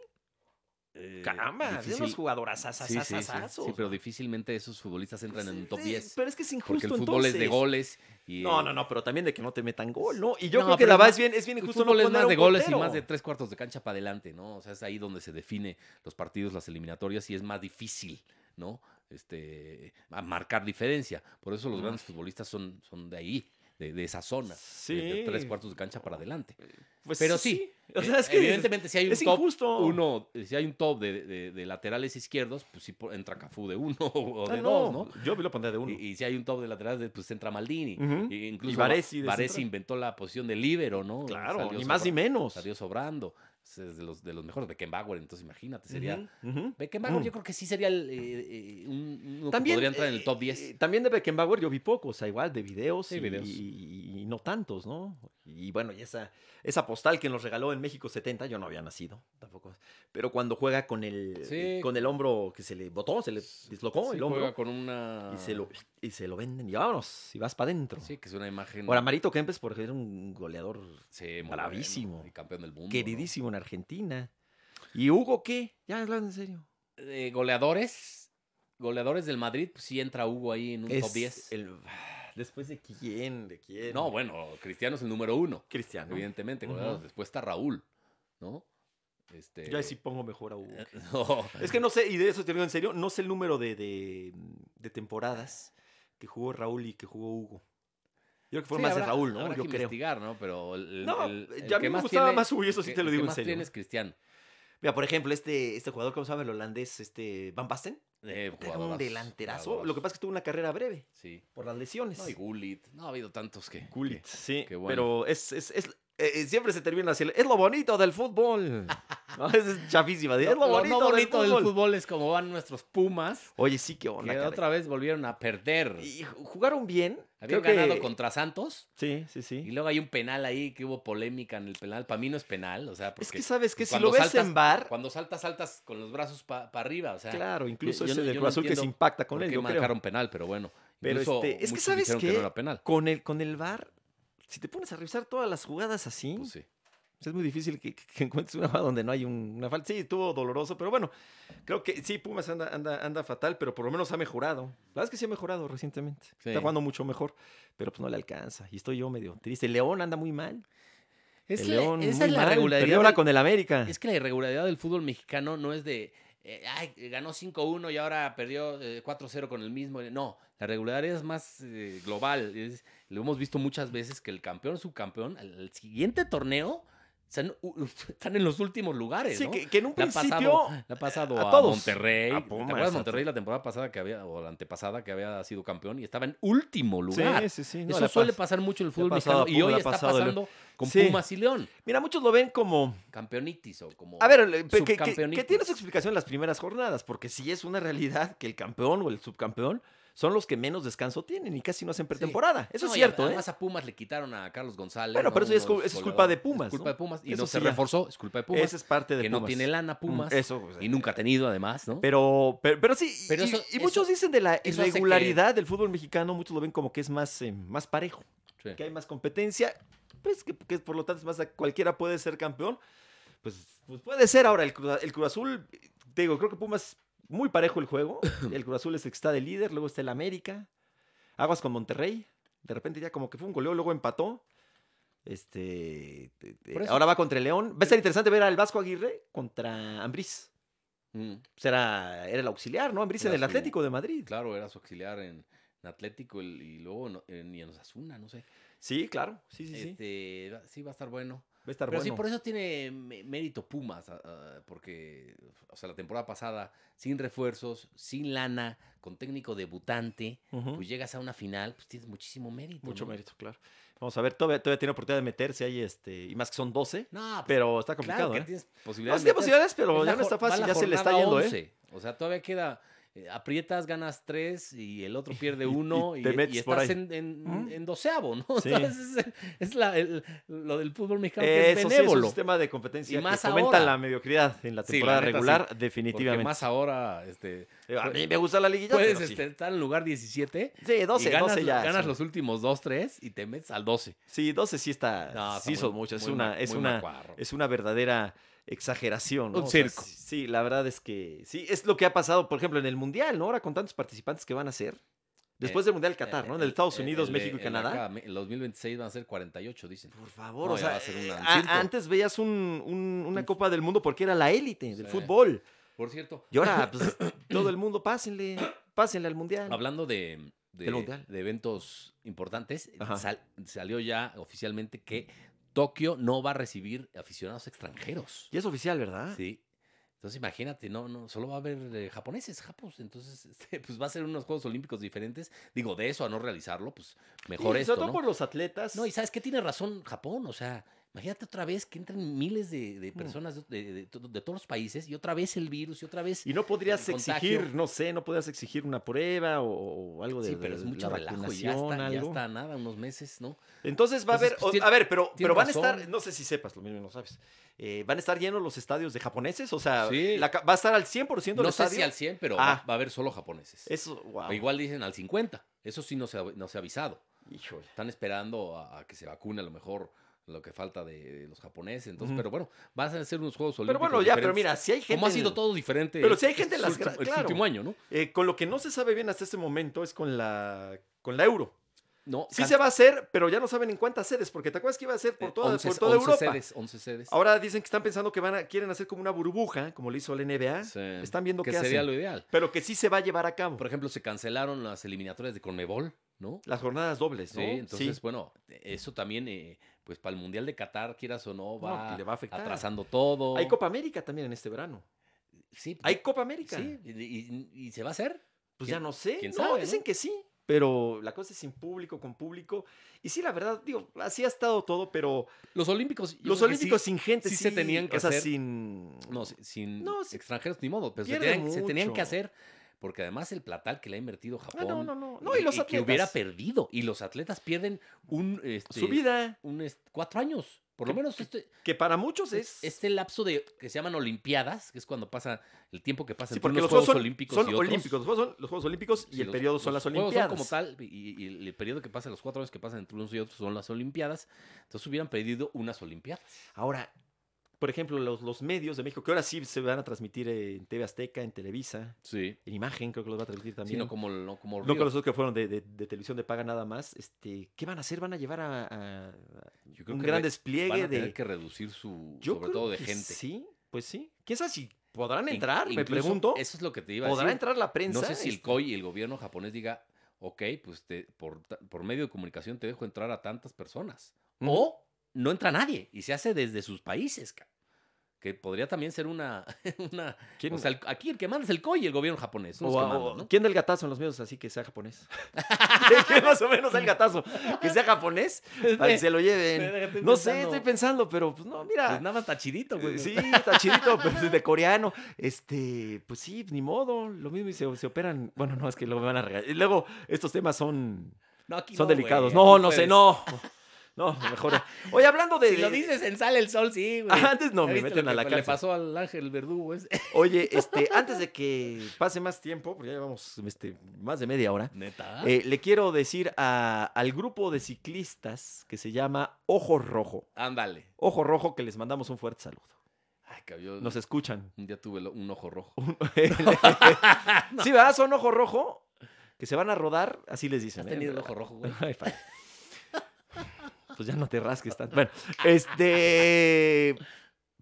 Eh, Caramba, de difícil- unos jugadoras Sí, sí, sí, sí, pero difícilmente esos futbolistas entran en el top 10. Pero es que es injusto. Porque el fútbol entonces. es de goles. Y, No, eh, no, no, pero también de que no te metan gol, ¿no? Y yo No, creo que pero la es va más- es bien, es bien El injusto no fútbol es poner más un de goles y portero. más de tres cuartos de cancha para adelante, ¿no? O sea, es ahí donde se define los partidos, las eliminatorias y es más difícil, ¿no? Este, a marcar diferencia. Por eso los Ah. grandes futbolistas son, son de ahí, de, de esa zona. de- Sí. de tres cuartos de cancha para adelante. Pues Pero sí, *laughs* Eh, O sea, es que evidentemente si hay un es top injusto. uno, eh, si hay un top de, de- de laterales izquierdos, pues sí po- entra Cafú de uno *laughs* o Ah, de dos, ¿no? Yo lo pondría de uno. Y, y si hay un top de laterales, de- pues entra Maldini. Ujú. E incluso Y Baresi de Baresi central. inventó la posición de líbero, ¿no? claro, Salió ni más ni sobra- menos. Salió sobrando. Es de los, de los mejores. Beckenbauer, entonces imagínate, sería... Ujú, ujú. Beckenbauer Mm. yo creo que sí sería el, eh, eh, un, uno También, que podría entrar en el top eh, 10. eh, también de Beckenbauer yo vi poco, o sea, igual de videos, Sí, y, videos. y- y no tantos, ¿no? Y bueno, y esa, esa postal que nos regaló en México 70, yo no había nacido tampoco. Pero cuando juega con el, eh, Sí. con el hombro que se le botó, se le dislocó Sí, el hombro. juega con una... Y se, lo, y se lo venden y vámonos, y vas para adentro. Sí, que es una imagen... Ahora, Marito Kempes, por ejemplo, era un goleador sí, muy bueno, bravísimo. y campeón del mundo. ¿no? queridísimo en Argentina. ¿Y Hugo qué? Ya hablando en serio. Eh, goleadores... Goleadores del Madrid, pues sí entra Hugo ahí en un Es top 10. el- Después de quién, de quién. Eh, No, bueno, Cristiano es el número uno. Cristiano. evidentemente. Ujú. goleadores. Después está Raúl, ¿no? Este, Yo ahí sí pongo mejor a Hugo. *laughs* Eh, no. Es que no sé, y de eso te digo en serio, no sé el número de, de- de temporadas que jugó Raúl y que jugó Hugo. Yo creo que fue Sí, más habrá- de Raúl, ¿no? habrá Yo que creo. investigar, ¿no? Pero el, No, el- el ya a mí que me más gustaba tiene- más Hugo, y eso el sí que- te lo el digo que en más serio. ¿eh? tiene es Cristiano. Mira, por ejemplo, este, este jugador, ¿cómo se llama? El holandés, este, Van Basten. Eh, Era un jugadorazo, delanterazo. jugadorazo. Lo que pasa es que tuvo una carrera breve Sí. por las lesiones. No, y Gullit. No, ha habido tantos que... Pues Gullit, sí. qué bueno. *laughs* Pero es, es, es- eh, eh, siempre se termina así. Es lo bonito del fútbol. No, es chafísima. Es lo, Lo- lo bonito, no bonito del, del, fútbol. fútbol es como van nuestros Pumas, Oye, sí, qué que onda. caray. otra vez volvieron a perder. Y ju- jugaron bien. Creo Habían que- ganado contra Santos Sí, sí, y sí. luego hay un penal ahí que hubo polémica en el penal. Para mí no es penal, o sea, Es porque que sabes que si cuando lo ves saltas- en bar, cuando saltas, saltas con los brazos para arriba, o sea, claro, incluso yo ese no- del yo no Cruz Azul que se entiendo impacta con ¿por él, qué yo creo. marcaron penal? Pero bueno, Pero incluso este, es que muchos ¿sabes dijeron que qué? no era penal. Con el, con el bar, si te pones a revisar todas las jugadas así, Pues sí. es muy difícil que, que encuentres una jugada donde no hay un- una falta. Sí, estuvo doloroso, pero bueno, creo que sí, Pumas anda, anda, anda fatal, pero por lo menos ha mejorado. La verdad es que sí ha mejorado recientemente. Sí. Está jugando mucho mejor, pero pues no le alcanza. Y estoy yo medio triste. León anda muy mal. Es el la- León esa muy es la mal. regularidad Perdió ahora del- con el América. Es que la irregularidad del fútbol mexicano no es de, eh, ay, ganó 5-1 y ahora perdió eh, 4-0 con el mismo. No, la regularidad es más eh, global. Es- lo hemos visto muchas veces que el campeón, subcampeón, al, al siguiente torneo están, u- *laughs* están en los últimos lugares. Sí, ¿no? que, que en un La ha principio... pasado, la ha pasado a a, todos. Monterrey. A ¿Te Pumas, acuerdas a- Monterrey la temporada pasada que había, o la antepasada que había sido campeón y estaba en último lugar? Sí, sí, sí. no, le Eso ha suele pas- pasar mucho en el le ha fútbol pasado a mexicano y Pumas, hoy le ha está pasado a León. pasando con Sí. Pumas y León. Mira, muchos lo ven como... Campeonitis o como... A ver, le- pe- que, que- que subcampeonitis. tiene su explicación en las primeras jornadas, porque sí es una realidad que el campeón o el subcampeón son los que menos descanso tienen y casi no hacen pretemporada. Eso No, es y cierto, ¿eh? Además a Pumas le quitaron a Carlos González. Bueno, pero eso ya es Uno cul- eso es goleador. culpa de Es Pumas, culpa ¿no? de Pumas. Y Eso no se sí ya. reforzó, es culpa de Pumas. Esa es parte de que no Pumas. tiene lana Pumas. Mm, Eso. o sea, Y nunca ha tenido además, ¿no? Pero, pero, pero sí, Pero y, eso- y muchos eso- dicen de la eso hace que- irregularidad del fútbol mexicano, muchos lo ven como que es más, eh, más parejo, Sí. que hay más competencia, pues que, que por lo tanto es más, cualquiera puede ser campeón. Pues, pues puede ser ahora el Cruz, el Cruz Azul, eh, te digo, creo que Pumas muy parejo el *coughs* juego, el Cruz Azul es el que está de líder, luego está el América, Aguas con Monterrey, de repente ya como que fue un goleo, luego empató. Este, te- te- Por eso- ahora va contra el León. Va a ser interesante ver al Vasco Aguirre contra Ambriz Mm, pues, era, era el auxiliar, ¿no? Ambriz en Era el su- Atlético de Madrid. claro, era su auxiliar en, en Atlético el- y luego en- en, y en Osasuna, no sé. Sí, claro. Sí, sí, sí. Este, va- sí, va a estar bueno. Va a estar Pero bueno. sí, por eso tiene mé- mérito Pumas, ah, ah, porque, o sea, la temporada pasada, sin refuerzos, sin lana, con técnico debutante, Ujú. pues llegas a una final, pues tienes muchísimo mérito. Mucho ¿no? mérito, claro. Vamos a ver, todavía, todavía tiene oportunidad de meterse ahí, este, y más que son 12, No, pues, pero está complicado, complicado, que ¿eh? tienes No, posibilidades. sí de tiene meterse. posibilidades, pero Es la ya no está jor- va fácil, la ya se le está jornada yendo, ¿eh? 11. O sea, todavía queda, eh, aprietas, ganas tres y el otro *laughs* pierde y uno y, te y metes por estás ahí. en, en- ¿Mm? en doceavo, ¿no? *laughs* O Sí. sea, es, es la- el- lo del fútbol mexicano que es Eso sí, es un benévolo. sistema de competencia Y más que fomenta ahora. la mediocridad en la Sí, la temporada neta, regular, porque definitivamente. más ahora, este, Digo, a mí me gusta la liguilla, puedes pero sí. este, estar en lugar 17 Sí, y 12, ganas, 12 ya. ganas sí. los últimos 2, 3 y te metes al 12. Sí, 12 sí está, No, Ah, sí está son muy- muchos, es muy una, ma- es muy una, macuarro. es una verdadera exageración. ¿no? Un O sea, circo. sí, sí, la verdad es que sí, es lo que ha pasado, por ejemplo, en el Mundial, ¿no? Ahora con tantos participantes que van a ser. Después Eh, del Mundial Qatar, ¿no? En el Estados Unidos, el- México y el Canadá. acá, me- el 2026 van a ser 48, dicen. Por favor, No, o ya va sea, a ser un eh, gran a- circo. antes veías un- un- una Un- Copa del Mundo porque era la élite del Sí. fútbol. Por cierto, Y *laughs* ahora, *coughs* pues, todo el mundo, pásenle, pásenle al Mundial. Hablando de, de, Del Mundial. de eventos importantes, eh, Ajá. sal- salió ya oficialmente que Tokio no va a recibir aficionados extranjeros. Y es oficial, ¿verdad? Sí. Entonces imagínate, no, no, solo va a haber eh, japoneses, japos. Entonces, *laughs* este, pues va a ser unos Juegos Olímpicos diferentes. Digo, de eso a no realizarlo, pues mejor y sobre esto, todo ¿no? por los atletas. No, y sabes qué tiene razón Japón, o sea, imagínate otra vez que entran miles de, de Mm. personas de, de- de to- de todos los países y otra vez el virus y otra vez Y no podrías el contagio. exigir, no sé, no podrías exigir una prueba o, o algo de Sí, pero es de mucho la relajo y ya vacunación, está, ya algo. está nada, unos meses, ¿no? Entonces va a Entonces, haber, pues, o- tiene- a ver, pero, tiene pero van a razón. estar, no sé si sepas, lo mismo no sabes, eh, van a estar llenos los estadios de japoneses, o sea, Sí. la ca- va a estar al 100% del No sé estadio. si al 100, pero va- Ah. va, a haber solo japoneses. Eso, wow. O igual dicen al 50. Eso sí no se ha, no se ha avisado. Híjole. Están esperando a, a que se vacune a lo mejor lo que falta de, de los japoneses. Entonces, Ujú. pero bueno, van a ser unos Juegos Pero Olímpicos. bueno, ya, pero diferentes. mira, si hay gente. Como ha en- sido todo diferente. Pero si hay gente en las último, gra- el claro. último año, ¿no? eh, con lo que no se sabe bien hasta este momento es con la con la euro. No, Sí can- se va a hacer, pero ya no saben en cuántas sedes, porque te acuerdas que iba a ser por eh, toda, 11 por toda 11 Europa. sedes, 11 sedes. Ahora dicen que están pensando que van a, quieren hacer como una burbuja, como lo hizo la NBA. Sí. Están viendo que qué sería hacen. lo ideal. Pero que sí se va a llevar a cabo. Por ejemplo, se cancelaron las eliminatorias de Conmebol, ¿no? Las jornadas dobles, Sí, ¿no? entonces, bueno, eso también, eh, pues para el Mundial de Qatar, quieras o no, No, pues, va, le va a afectar. atrasando todo. Hay Copa América también en este verano. Sí, pues, Hay Copa América. sí, y, y- y se va a hacer. Pues ¿Quién- ya no sé. quién no, sabe, dicen no? que sí. pero la cosa es sin público, con público. Y sí, la verdad, digo, así ha estado todo, pero Los Olímpicos. yo los creo que Olímpicos sí, sin gente sí se tenían que o sea, hacer. sin... No, si- sin No, sí. extranjeros, ni modo. Pero se Pierden tenían, se tenían mucho. que hacer. Porque además el platal que le ha invertido Japón. Ah, no, no, no. No, y los que hubiera atletas. perdido. Y los atletas pierden un. este, Su vida, un, est- cuatro años. Por lo Que- menos este, que para muchos es... este lapso de que se llaman Olimpiadas, que es cuando pasa el tiempo que Sí, pasa entre porque unos los Juegos Juegos son- Olímpicos son y otros. olímpicos. Los Juegos son los Juegos Olímpicos y Sí, el los- periodo son los las Juegos Olimpiadas. Son como tal, y, y el, el periodo que pasa, los cuatro años que pasan entre unos y otros son las Olimpiadas. Entonces hubieran perdido unas Olimpiadas. Ahora, por ejemplo, los, los medios de México, que ahora sí se van a transmitir en TV Azteca, en Televisa, Sí. en Imagen, creo que los va a transmitir también. Sino como, no como No Río. con los otros que fueron de, de- de televisión de paga nada más. Este, ¿Qué van a hacer? ¿Van a llevar a, a- a Yo creo un que gran re- despliegue Van a de...? tener que reducir su, Yo sobre creo todo de que gente. Sí, pues sí. ¿Quién sabe si podrán In- entrar? Me incluso, pregunto. Eso es lo que te iba a ¿Podrá decir. entrar la prensa? No sé si el Este, COI y el gobierno japonés diga, ok, pues te- por, ta- por medio de comunicación te dejo entrar a tantas personas. Ujú. O no entra nadie y se hace desde sus países, ca- que podría también ser una... *laughs* una ¿quién- o sea, el- aquí el que manda es el COI y el gobierno japonés. son los o- que o- mandan, ¿no? ¿Quién da el gatazo en los medios así que sea japonés? *laughs* ¿Quién más o menos da el gatazo? ¿Que sea *laughs* japonés? Para que se lo lleven. Estoy No sé, pensando, estoy pensando, pero pues no, Pues mira. nada más está chidito, güey. eh, Sí, está *laughs* chidito, pero es de coreano. Este, pues sí, ni modo. Lo mismo y se, se operan. Bueno, no, es que lo van a regalar. Y luego, estos temas son, No, aquí son no, delicados. güey, No, aquí no sé, puedes- *laughs* no. No, mejor. Oye, hablando de. Ah, Si lo dices en Sale el Sol, sí, güey. Antes no, ¿Ya me viste meten lo a que la Le cárcel. pasó al Ángel Verdugo, *laughs* ese? Oye, *laughs* este, antes de que pase más tiempo, porque ya llevamos este, más de media hora. Neta. Eh, le quiero decir a- al grupo de ciclistas que se llama Ojo Rojo. Ándale. Ojo Rojo, que les mandamos un fuerte saludo. Ay, cabrón. Nos escuchan. Un día tuve lo- un ojo rojo. *laughs* Sí, ¿verdad? Son Ojo Rojo que se van a rodar, así les dicen. ¿Has ¿eh? tenido el ojo *laughs* rojo, güey? Ay, padre. Pues ya no te rasques tanto. Bueno, Ah. este.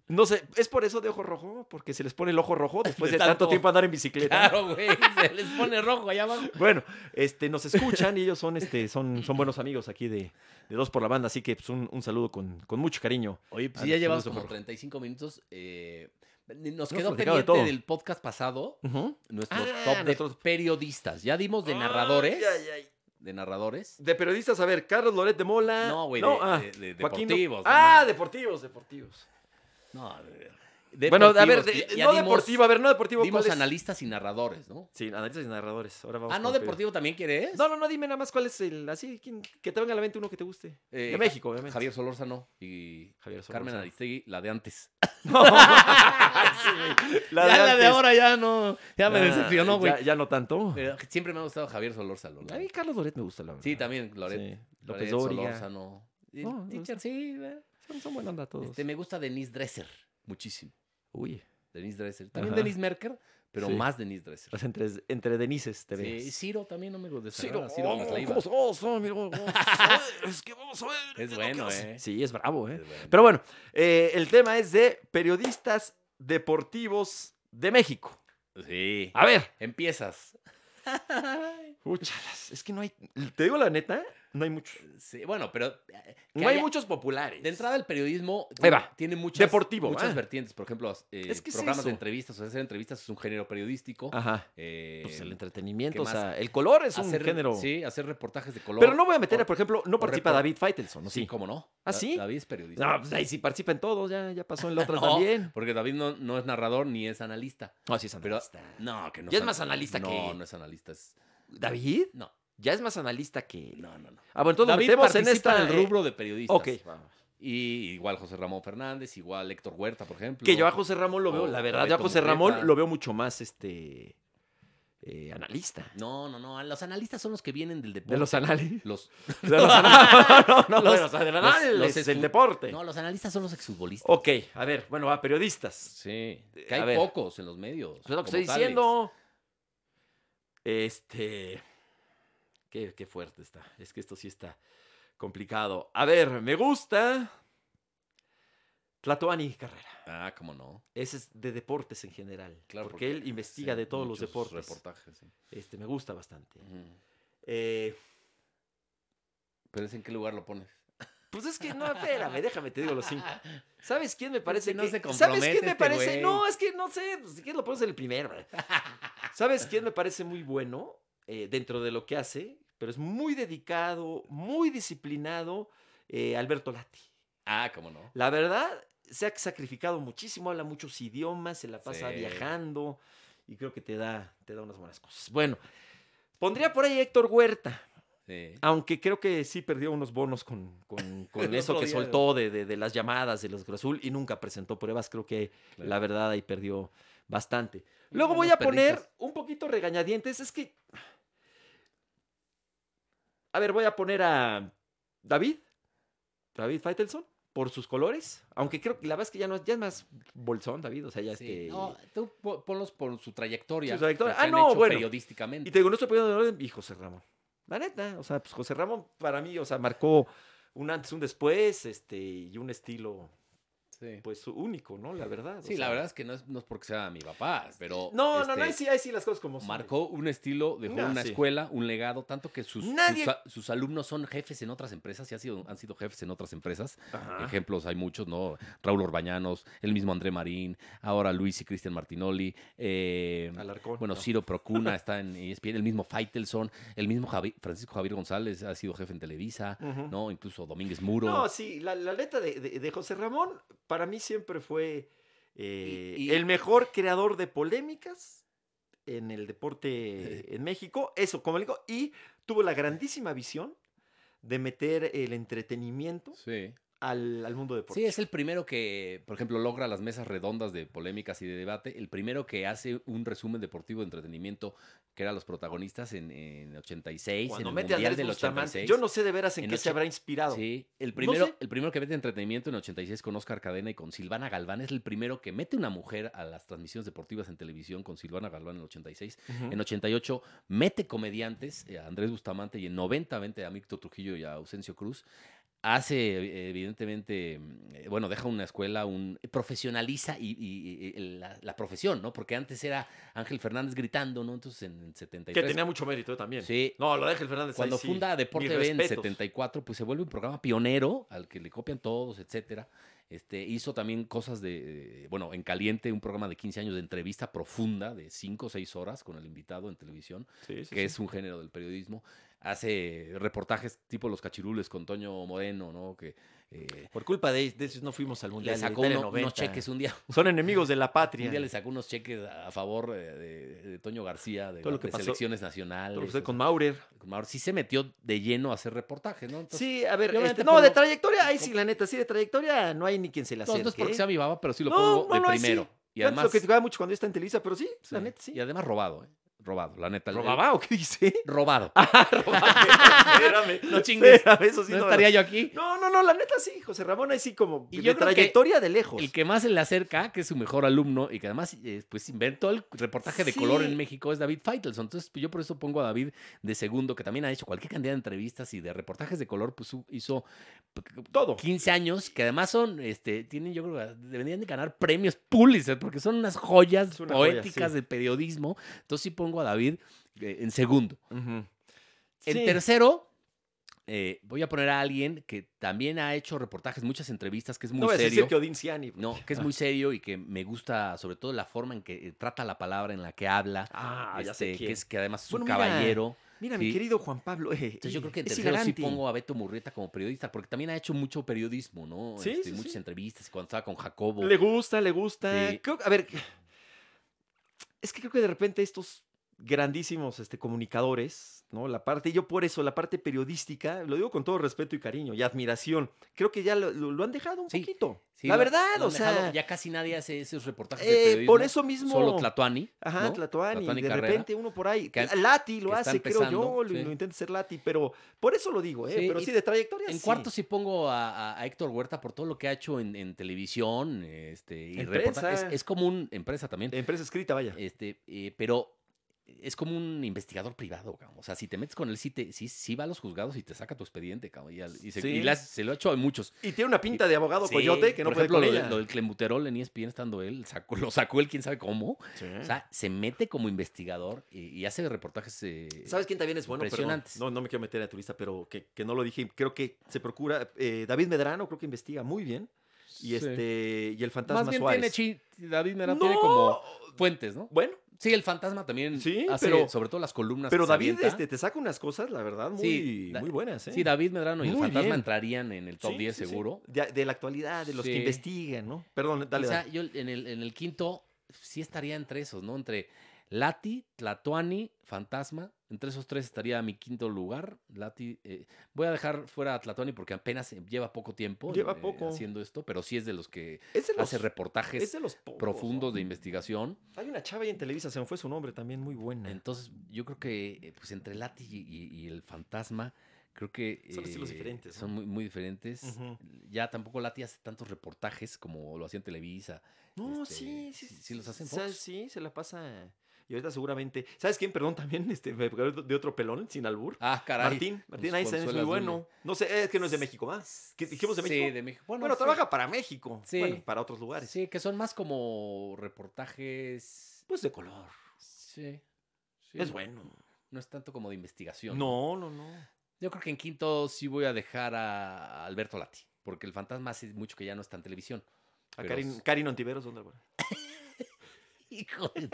No sé, ¿es por eso de ojo rojo? Porque se les pone el ojo rojo después De de, tanto tanto- tiempo andar en bicicleta. Claro, güey. Se les pone rojo allá abajo. Bueno, este, nos escuchan y ellos son, este, son, son buenos amigos aquí de, de Dos por la Banda, así que pues, un, un saludo con, con mucho cariño. Oye, pues Ah, sí, ya no, llevamos no, como rojo. 35 minutos. eh, nos No hemos quedó platicado de pendiente todo. del podcast pasado Ujú. nuestros Ah, top de nuestros- Ah, periodistas. Ya dimos de narradores. Ay, ay, ay. De narradores. De periodistas, a ver, Carlos Loret de Mola. No, güey, de, ah, de- de Joaquín- deportivos. no Ah, mames. deportivos, deportivos. No, de- bueno, a ver, de- deportivos, ya- ya no dimos- deportivo, a ver, no deportivo. ¿cuál Dimos es? analistas y narradores, ¿no? Sí, analistas y narradores. Ahora vamos Ah, con ¿no periodistas. deportivo también quieres? No, no, no, dime nada más cuál es el. Así, ¿quién- que te venga a la mente uno que te guste. Eh, de México, obviamente. Javier Solórzano y Javier Solórzano. Carmen Aristegui, la de antes. *laughs* No. *laughs* Sí, güey, la ya la de antes. ahora ya no. Ya me Ya, decepcionó, güey. Ya, ya no tanto. Pero Siempre me ha gustado Javier Solórzano. la Eh, A mí verdad. Carlos Loret me gusta, la verdad. Sí, también, Loret. Sí. López Loret Dóriga. Solórzano. No, pues, El me teacher, sí. eh. Son, son buena onda todos. Este, me gusta Denise Dresser muchísimo. Uy, Denise Dresser. También Ajá. Denise Merker, pero Sí. más Denise Dresser. o sea, entre, entre Denises te Sí, ves. Ciro también no me gusta. Ciro, Ciro, Ciro oh, Gómez Leiva. ¿cómo sos? Oh, mira, oh, oh, *laughs* ¿sabes? es que vamos a ver. Es lo bueno, que hace. ¿eh? Sí, es bravo, ¿eh? Es bueno. Pero bueno, eh, el tema es de periodistas deportivos de México. Sí. A ver. Empiezas. Úchalas, es que no hay. Te digo la neta, no hay muchos. Sí, bueno, pero eh, que No hay haya- muchos populares. De entrada, el periodismo Ahí tiene, va. tiene muchas, Deportivo, muchas ah. vertientes. Por ejemplo, eh, Es que es programas de eso. entrevistas. O sea, hacer entrevistas es un género periodístico. Ajá. Eh, Pues el ¿qué entretenimiento, o más? sea, el color es un hacer- género. Sí, hacer reportajes de color. Pero no voy a meter, Por- a, por ejemplo, no por participa report- David Faitelson, ¿no? Sí, cómo no. ¿Ah, Da- sí? David es periodista. No, pues ahí sí participa en todos, ya, ya pasó *laughs* en la otra No, también. Porque David no, no es narrador ni es analista. No, sí es Pero- analista. No, que no. Ya es an- más analista no, que- No, es analista. es- ¿David? No, Ya es más analista que. no, no. no. Ah, bueno, entonces David metemos en participa esta. el eh, rubro de periodistas. Ok. Y igual José Ramón Fernández, igual Héctor Huerta, por ejemplo. Que yo a José Ramón lo veo, O la verdad, yo a Beto José Murrieta. Ramón lo veo mucho más este. eh, analista. No, no, no. Los analistas son los que vienen del deporte. De los anales. Los- *laughs* De los *laughs* anales. No, no, no, de Los- los anales. los- los es estu- el deporte. No, los analistas son los exfutbolistas. Ok, a ver, bueno, va, periodistas. Sí. Eh, Que a hay ver. pocos en los medios. Eso es lo que como estoy tales. diciendo. Este. Qué, qué fuerte está. Es que esto sí está complicado. A ver, me gusta. Tlatoani Carrera. Ah, cómo no. Ese es de deportes en general. Claro. porque, él investiga sí, de todos los muchos deportes. reportajes, sí. Este, me gusta bastante. Ujú. Eh, Pero es en qué lugar lo pones. pues es que no, espérame, déjame, te digo los cinco. ¿Sabes quién me parece no que se ¿Sabes compromete quién me este parece? güey. No, es que no sé, pues, si quieres lo pones en el primero. ¿Sabes quién me parece muy bueno eh, dentro de lo que hace? pero es muy dedicado, muy disciplinado eh, Alberto Lati. Ah, cómo no. La verdad, se ha sacrificado muchísimo, habla muchos idiomas, se la pasa Sí. viajando y creo que te da, te da unas buenas cosas. Bueno, pondría por ahí Héctor Huerta, Sí. aunque creo que sí perdió unos bonos con, *laughs* con- con El eso otro que día, soltó de, de- de las llamadas de los Cruz Azul y nunca presentó pruebas. Creo que Claro. la verdad ahí perdió bastante. Luego voy a unas poner perditas. un poquito regañadientes. Es que. A ver, voy a poner a David. David Faitelson. Por sus colores. Aunque creo que la verdad es que ya no es- ya es más bolsón, David. O sea, ya este, es Sí, que. No, tú po- ponlos por su trayectoria. Su trayectoria. lo que Ah, han no, hecho bueno. Periodísticamente. Y te digo, no estoy poniendo en orden. Y José Ramón. La neta. O sea, pues José Ramón para mí, o sea, marcó un antes, un después, este, y un estilo, Sí. pues, único, ¿no? La verdad. o Sí, sea. la verdad es que no es, no es porque sea mi papá, pero. No, no, este, no, ahí sí, ahí sí las cosas como son. Marcó un estilo, dejó No, una sí. escuela, un legado, tanto que sus, Nadie- sus, a- sus alumnos son jefes en otras empresas y han sido, han sido jefes en otras empresas. Ajá. Ejemplos hay muchos, ¿no? Raúl Orbañanos, el mismo André Marín, ahora Luis y Cristian Martinoli. eh, Alarcón. bueno, no. Ciro *laughs* Procuna está en E ESPN, el mismo Faitelson, el mismo Javi- Francisco Javier González ha sido jefe en Televisa, Ujú. ¿no? Incluso Domínguez Muro. No, sí, la, la letra de, de- de José Ramón para mí siempre fue eh, Y- y- el mejor creador de polémicas en el *laughs* deporte en México. Eso, como le digo, y tuvo la grandísima visión de meter el entretenimiento Sí. al, al mundo Sí, deportivo. es el primero que, por ejemplo, logra las mesas redondas de polémicas y de debate, el primero que hace un resumen deportivo de entretenimiento que era los protagonistas en, en 86, Cuando en el mete a Mundial Andrés del Bustamante, 86. yo no sé de veras en, En qué se ocho- habrá inspirado. Sí, el No primero, sé. el primero que mete entretenimiento en 86 con Oscar Cadena y con Silvana Galván es el primero que mete una mujer a las transmisiones deportivas en televisión con Silvana Galván en 86. Ujú. En 88 mete comediantes, eh, a Andrés Bustamante, y en 90 mete a Micto Trujillo y a Ausencio Cruz. Hace, eh, evidentemente, mm, eh, bueno, deja una escuela, un eh, profesionaliza y, y- y- y la, la profesión, ¿no? Porque antes era Ángel Fernández gritando, ¿no? Entonces en, el que 73. tenía mucho mérito ¿eh? también. Sí. No, lo deja el Fernández. ahí Cuando sí, funda Deporte mis B en respetos. 74, pues se vuelve un programa pionero al que le copian todos, etcétera. Este, hizo también cosas de, eh, bueno, en caliente, un programa de 15 años de entrevista profunda de 5 o 6 horas con el invitado en televisión Sí, sí, que sí. es un género del periodismo, hace reportajes tipo Los Cachirules con Toño Moreno, ¿no? Que eh, Por culpa de, de ellos no fuimos al le Mundial. de sacó Italia uno- 90. unos cheques un día. Son enemigos *laughs* de la patria. Un día le sacó unos cheques a a favor eh, de, de Toño García, de, Todo lo la- que de pasó- selecciones nacionales. Todo lo que sucede o con sea, Maurer. con Mauro. Sí se metió de lleno a hacer reportajes, ¿no? Entonces, Sí, a ver, este, yo obviamente no, pongo- de trayectoria, ahí sí, la neta, sí, de trayectoria no hay ni quien se la no, acerque. no es porque ¿eh? sea mi baba, pero sí lo No, pongo no, de no, es sí. primero. Y Yo antes además, lo criticaba mucho cuando está en Televisa, pero sí, sí, la neta, sí. y además robado, ¿eh? Robado, la neta. el- ¿Robaba o qué dice? *laughs* el- Robado. *laughs* Espérame, No chingues. espérame, eso Ah, sí no no- estaría yo aquí. No, no, no, la neta sí, José Ramón, ahí sí como Y de yo creo que trayectoria de lejos. El que más se le acerca, que es su mejor alumno y que además eh, pues inventó el reportaje de color Sí. en México, es David Feitelson. Entonces pues, yo por eso pongo a David de segundo, que también ha hecho cualquier cantidad de entrevistas y de reportajes de color, pues hu- hizo Todo. 15 años, que además son, este, tienen, yo creo, que deberían de ganar premios Pulitzer, porque son unas joyas Es una joya, poéticas sí. del periodismo. Entonces sí pongo a David eh, en segundo. Ujú. En Sí. tercero... eh, voy a poner a alguien que también ha hecho reportajes, muchas entrevistas, que es muy no voy a serio. decir que Odinciani. No, que es muy serio y que me gusta sobre todo la forma en que eh, trata la palabra, en la que habla. Ah, ya este, sé quién. Que es que además es Bueno, un mira. caballero. Mira, mi sí. querido Juan Pablo. eh, Entonces yo creo que en es tercero sí hilarante. pongo a Beto Murrieta como periodista, porque también ha hecho mucho periodismo, ¿no? Sí, Este, sí, muchas sí. entrevistas, cuando estaba con Jacobo. Le gusta, le gusta. Sí. Creo- a ver, es que creo que de repente estos grandísimos este, comunicadores, ¿no? La parte, yo por eso, la parte periodística, lo digo con todo respeto y cariño y admiración, creo que ya lo, lo- lo han dejado un Sí, poquito. Sí, la lo- verdad, lo o han dejado, sea, Ya casi nadie hace esos reportajes de eh, periodismo. por eso mismo... Solo Tlatuani. Ajá, ¿no? Tlatuani, Tlatuani de Carrera. repente uno por ahí. Que an- Lati lo que está hace, creo yo, empezando, lo, sí. lo intenta ser Lati, pero por eso lo digo, ¿eh? Sí, pero y sí, de trayectoria En sí. cuarto sí pongo a, a- a Héctor Huerta por todo lo que ha hecho en, en televisión este, y En reportajes. prensa. Es, es como un empresa también. Empresa escrita, vaya. Este, eh, pero es como un investigador privado, cabrón. O sea, si te metes con él, sí, te, sí, sí va a los juzgados y te saca tu expediente, cabrón. Y, al- y se, Sí. y le hace- se lo ha hecho a muchos. Y tiene una pinta de abogado Sí, coyote que no por puede ejemplo, con lo, de- ella. lo del clenbuterol en E ESPN estando él, sacó- lo sacó él quién sabe cómo. Sí. O sea, se mete como investigador y, y hace reportajes. eh, ¿Sabes quién también es bueno? Perdón, Impresionantes. no, no me quiero meter a turista, pero que, que no lo dije. Creo que se procura. eh, David Medrano creo que investiga muy bien. y, este, y el fantasma Más bien tiene Suárez. chi- David Meraz tiene como fuentes, ¿no? Bueno, Sí, el fantasma también Sí, hace, pero- sobre todo las columnas. pero que se David avienta. este, te saca unas cosas, la verdad, muy, Sí, da- muy buenas. ¿eh? Sí, David Medrano y el Muy fantasma bien. entrarían en el top Sí, 10 sí, sí. seguro. De, de la actualidad, de los Sí. que investigan, ¿no? Perdón, dale, Quizá dale. yo en el, en el quinto sí estaría entre esos, ¿no? Entre Lati, Tlatuani, Fantasma. Entre esos tres estaría mi quinto lugar. Lati, eh, voy a dejar fuera a Tlatuani porque apenas lleva poco tiempo Lleva eh, poco. haciendo esto, pero sí es de los que Es de los, hace reportajes es de los pocos, profundos ¿no? de investigación. Hay una chava ahí en Televisa, se me fue su nombre también, muy buena. Entonces, yo creo que eh, pues entre Lati y, y- y el fantasma, creo que eh, Son estilos diferentes, ¿no? Son muy, muy diferentes. Ujú. Ya tampoco Lati hace tantos reportajes como lo hacía en Televisa. no, este, sí, sí, sí los hacen ¿sabes? Fox. Sí, se la pasa. Y ahorita seguramente. ¿Sabes quién? Perdón, también, este, me acordé de otro pelón, sin albur. Ah, caray. Martín, Martín Nos Einstein es muy consuelas, bueno. Dulce. No sé, es que no es de México, más. ¿Qué dijimos de México? Sí, de México. Bueno, Bueno, sí. trabaja para México. Sí. Bueno, para otros lugares. Sí, que son más como reportajes. Pues de color. Sí. sí, Es no- bueno. No es tanto como de investigación. No, no, no. Yo creo que en quinto sí voy a dejar a Alberto Lati, porque el fantasma hace mucho que ya no está en televisión. A Pero- Karin, Karin Ontiveros, ¿dónde va? *laughs* Hijo de-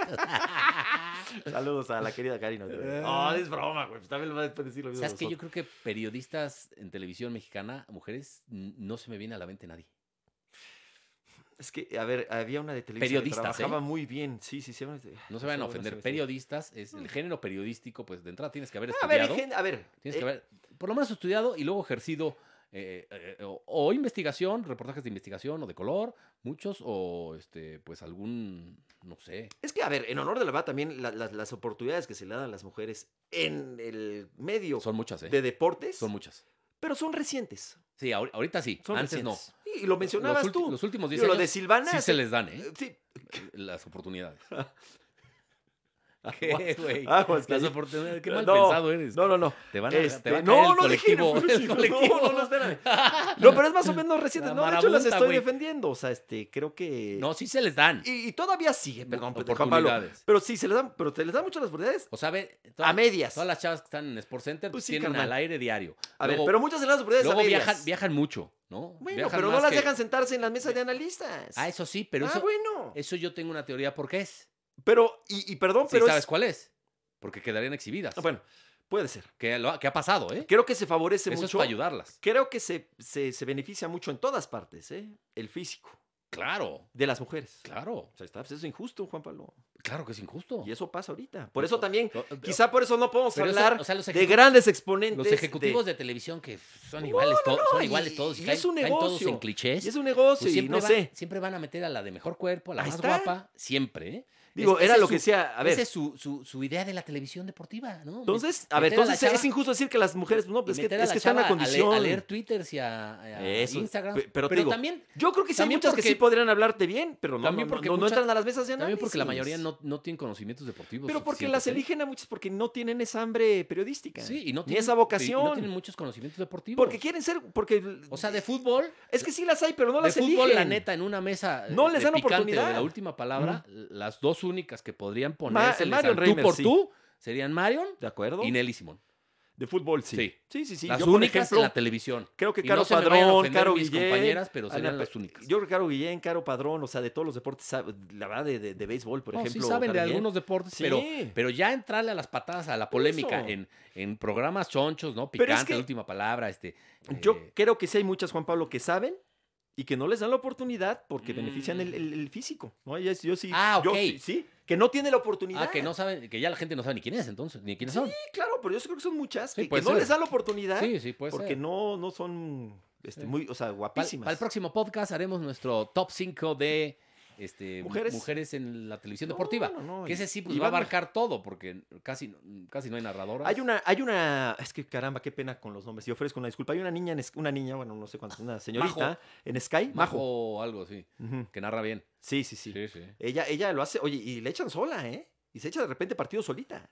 Saludos a la querida Karin Ontiveros. Eh. No, es broma, güey. pues También va a decir lo mismo. ¿Sabes que Yo nosotros. creo que periodistas en televisión mexicana, mujeres, n- no se me viene a la mente nadie. Es que, a ver, había una de televisión. Periodistas, ¿eh? que trabajaba muy bien. Sí, sí, sí. No se vayan a Sí, ofender. sí, sí. periodistas es el género periodístico, pues de entrada tienes que haber Mm. Ah, A ver, estudiado. hay gente- a ver. Tienes que eh, haber, por lo menos estudiado y luego ejercido eh, eh, eh, o, o investigación, reportajes de investigación o de color, muchos, o este, pues algún, no sé. Es que, a ver, en honor de la verdad también la- las- las oportunidades que se le dan a las mujeres en el medio Son muchas, ¿eh? de deportes, Son muchas. pero son recientes. Sí, ahor- ahorita sí. Son Antes no. recientes. Y lo mencionabas los ulti- tú. Los últimos 10 Digo, lo de años Silvana. sí se se- les dan, ¿eh? eh, sí. *laughs* Las oportunidades. *laughs* Aguas. güey? Aguas, Las Ah, que- oportunidades. Qué mal No, pensado eres. No, no, no. Te van a, te Este, va a caer no, el no, dije, colectivo. no, *laughs* el no, colectivo. no, no, espérame. No, pero es más o menos reciente. La No, de hecho las marabunta, estoy güey. defendiendo. O sea, este, creo que. No, sí se les dan. Y, y todavía sigue, perdón, Juan Pablo. oportunidades. Pero sí, se les dan, pero te les dan muchas las oportunidades O sea, a ver, a todas, medias. todas las chavas que están en Sport Center Pues sí, tienen carnal. al aire diario. A ver, Luego- pero muchas de las oportunidades Luego a medias. viajan, viajan mucho, ¿no? Bueno, Viajan pero no más las que- dejan sentarse en las mesas de analistas. Ah, eso sí, pero Ah, eso, bueno. eso yo tengo una teoría por qué es. Pero, y, y perdón, Sí, pero ¿Sabes es... cuál es? Porque quedarían exhibidas. Ah, Bueno, puede ser. que, lo ha- que ha pasado, ¿eh? Creo que se favorece Eso es mucho. para ayudarlas. Creo que se, se, se beneficia mucho en todas partes, ¿eh? El físico Claro, de las mujeres. claro, O sea, está, pues, eso es injusto, Juan Pablo. claro que es injusto. Y eso pasa ahorita. Por eso también, No, no, quizá por eso no podemos pero eso- hablar o sea, los de ejecu- grandes exponentes. Los de- ejecutivos de, televisión que son No, iguales, no, todos, no, son y- iguales todos. y caen- es un caen todos negocio. en clichés. y es un negocio Pues y no van- sé. Siempre van a meter a la de mejor cuerpo, a la Ahí más está. guapa, siempre. ¿eh? Digo, Es- era ese lo es que su- sea. A ver, Esa es su, su- su idea de la televisión deportiva, ¿no? entonces, a ver, meter a la entonces chava- es injusto decir que las mujeres. No, Y pues es que, meter a es la que están chava a le- condición. A leer twitters y a, a Eso, Instagram. pe- pero te digo, también, Yo creo que sí hay También muchas que sí porque- podrían hablarte bien, pero no, también no, no, porque no- no muchas- entran a las mesas de análisis. también porque la mayoría no, no tienen conocimientos deportivos. Pero porque suficientes, las ¿eh? eligen a muchas porque no tienen esa hambre periodística. Sí, y no ni tienen, esa y vocación. no tienen muchos conocimientos deportivos. Porque quieren ser. Porque, o sea, de fútbol, es que sí las hay, pero no de las fútbol, eligen. la neta, en una mesa eh, No les de dan picante, de la oportunidad. última palabra, las dos únicas que podrían Ma- ponerse Marion tú Reimer, por sí. tú serían Marion ¿De acuerdo? y Nelly Simón. De fútbol, sí. Sí. Sí, sí, sí. las yo, por únicas ejemplo, en la televisión. creo que Y no Caro se me vayan a Padrón, ofender Caro mis Guillén. compañeras, pero Ana serían Pe- las únicas. Yo creo que Caro Guillén, Caro Padrón, o sea, de todos los deportes, sabe- la verdad, de, de, de béisbol, por No, ejemplo. sí saben de Caro Guillén. algunos deportes, Sí. pero, pero ya entrarle a las patadas, a la polémica eso. en, en programas chonchos, ¿no? Pero es Picante, que- la última palabra, este. Yo eh, creo que sí hay muchas, Juan Pablo, que saben y que no les dan la oportunidad porque benefician el, Mm. el- el físico. ¿no? Yo, yo sí. Ah, yo ok. sí, sí, que no tiene la oportunidad. Ah, que no saben, que ya la gente no sabe ni quién es entonces, ni quiénes Sí, son. claro, pero yo sí creo que son muchas Sí, que, que puede no ser. les dan la oportunidad Sí, sí, puede porque ser. no, no son este, Sí. muy, o sea, Para guapísimas. el próximo podcast haremos nuestro top 5 de este, mujeres. Mujeres. en la televisión No, deportiva. no, no, que y- ese sí pues, y va a van- abarcar todo, porque casi, casi no hay narradoras. Hay una, hay una, es que caramba, qué pena con los nombres. Y ofrezco una disculpa. Hay una niña, en, es- una niña, bueno, no sé cuántas, una señorita en Sky, Majo Majo. o algo, sí, Ujú. que narra bien. Sí, sí, sí, Sí, sí. Ella, ella lo hace, oye, y le echan sola, ¿eh? Y se echa de repente partido solita.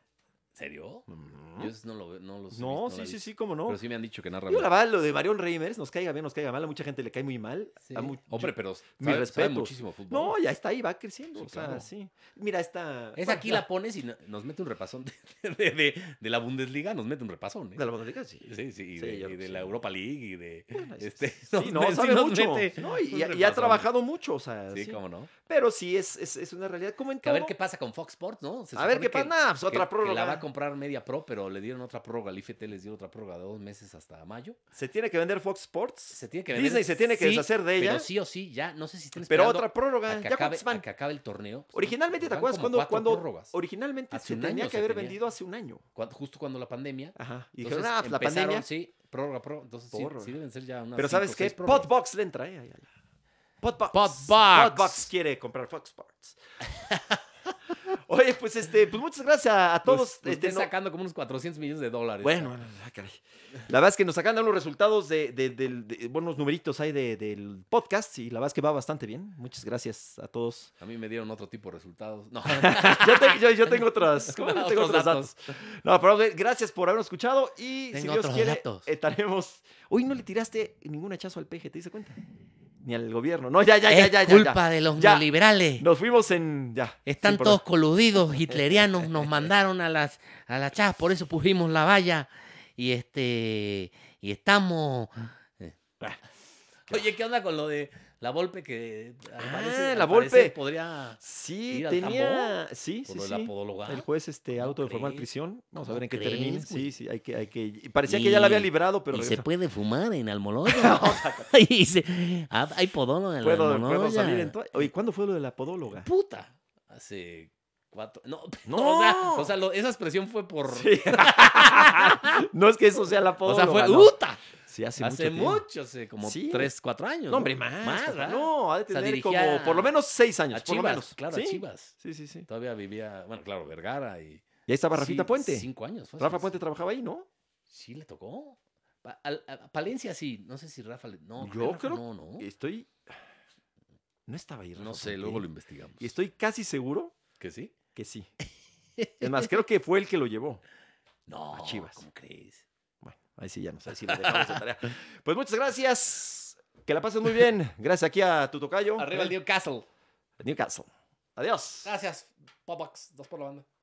serio? Ujú. Mm. Yo esos no, lo, ve- no los he No, visto, la sí, he sí, visto. sí, cómo no. Pero sí me han dicho que narra Yo, bien. la verdad, lo de Marion Reimers, nos caiga bien, nos caiga mal, a mucha gente le cae muy mal. Sí. a mu- Hombre, pero sabe, mis sabe respetos. muchísimo fútbol. No, ya está ahí, va creciendo. Sí, o sea, claro. sí. Mira, esta. es bueno, aquí la pones y no- nos mete un repasón de, de- de- de la Bundesliga, nos mete un repasón. ¿eh? De la Bundesliga, sí. Sí, sí, Sí, y yo de, y creo de que la sí. Europa League y de... Bueno, es- este, sí, *laughs* *laughs* no, mete- sabe nos mucho. mete No, y, un y ha- y ha repasón. trabajado mucho, o sea. Sí, sí. cómo no. Pero sí, es, es, es una realidad. Como en Que a ver todo. qué pasa con Fox Sports, ¿no? Se A ver supone qué que- pasa. Nah, pues, que- otra que prórroga. la va a comprar Media Pro, pero le dieron otra prórroga. El IFT les dio otra prórroga de dos meses hasta mayo. Se tiene que vender Fox Sports. Se tiene que Disney se tiene que sí, deshacer de ella. Pero sí o sí, ya, no sé si estén Pero esperando otra a prórroga. que ¿Ya acabe, cuántos van? a que acabe el torneo. Pues, Originalmente, ¿te van acuerdas como cuando, cuatro cuando prórrogas. originalmente Hace se un tenía año que se haber tenía. vendido hace un año? Cuando- justo cuando la pandemia. Ajá. Y Entonces, dijeron, ah, pues la empezaron, pandemia. Sí, prórroga, prórroga. Entonces, sí, Prórroga. sí deben ser ya unas Pero ¿sabes cinco, qué? seis prórrogas. Podbox le entra, eh. ahí a la- Podbox. Podbox. Podbox quiere comprar Fox *laughs* Sports. Oye, pues este, pues muchas gracias a, a Pues- todos. pues este, esté no- sacando como unos 400 millones de dólares. Bueno, bueno, ah, caray. La verdad es que nos sacan algunos resultados de, de- del- de- buenos numeritos ahí de- del podcast y la verdad es que va bastante bien. Muchas gracias a todos. A mí me dieron otro tipo de resultados. *laughs* No, Yo, te- yo- yo tengo otras. ¿cómo? Yo tengo otros otros datos. No, pero eh, gracias por habernos escuchado y si Tengo Dios otros quiere datos. estaremos. Hoy no le tiraste ningún hachazo al peje, ¿te diste cuenta? Ni al gobierno. No, ya, ya, ya, es ya, ya, culpa ya. de los Ya. neoliberales. Nos fuimos en ya. Están sin todos problema. *laughs* coludidos, hitlerianos, nos mandaron a las a las chavas, por eso pusimos la valla y este y estamos eh. Ah. Oye, ¿qué onda con lo de la Volpe que al Ah, parecer- al la parecer Volpe. podría Sí, ir al tenía. Sí, por sí, lo de sí. la podóloga? El juez este ¿Cómo auto de formal crees? prisión. Vamos a ¿Cómo ver en qué crees, termina. güey? Sí, sí, hay que, hay que. y Parecía que ya la había Y- librado, pero y se regresa. puede fumar en *laughs* Almoloya. *laughs* Y se- ah, hay podólogo en puedo, Almoloya. puedo salir en to- Oye, ¿cuándo fue lo de la podóloga? puta. Hace cuatro. No, No. o sea, o sea, lo- esa expresión fue por. Sí. *laughs* no es que eso sea la o podóloga. sea, fue. no. ¡Puta! Sí, hace, hace mucho. tiempo. mucho, hace como Sí. tres, cuatro años. No, hombre, más. papá. ¿verdad? no, ha de tener dirigía como por lo menos seis A años. por Chivas, lo menos. claro, sí. a Chivas. Sí, sí, sí. Todavía vivía, bueno, claro, Vergara y. Y ahí estaba Rafita sí, Puente. Cinco años. fácil, Rafa sí. Puente trabajaba ahí, ¿no? Sí, le tocó. Pa- al- a, a Palencia sí, no sé si Rafa le. No, Yo Rafa creo No, no. Estoy. No estaba ahí, Rafa Uh. No sé, Puente. luego lo investigamos. Y estoy casi seguro ¿Que sí? que sí. Es más, creo que fue el que lo llevó. No, A Chivas. ¿cómo crees? Bueno, ahí sí ya no sé si lo dejamos de tarea. Pues muchas gracias. Que la pasen muy bien. Gracias aquí a tu tocayo. Arriba el Newcastle. Newcastle. Adiós. Gracias, Popox. Dos por la banda.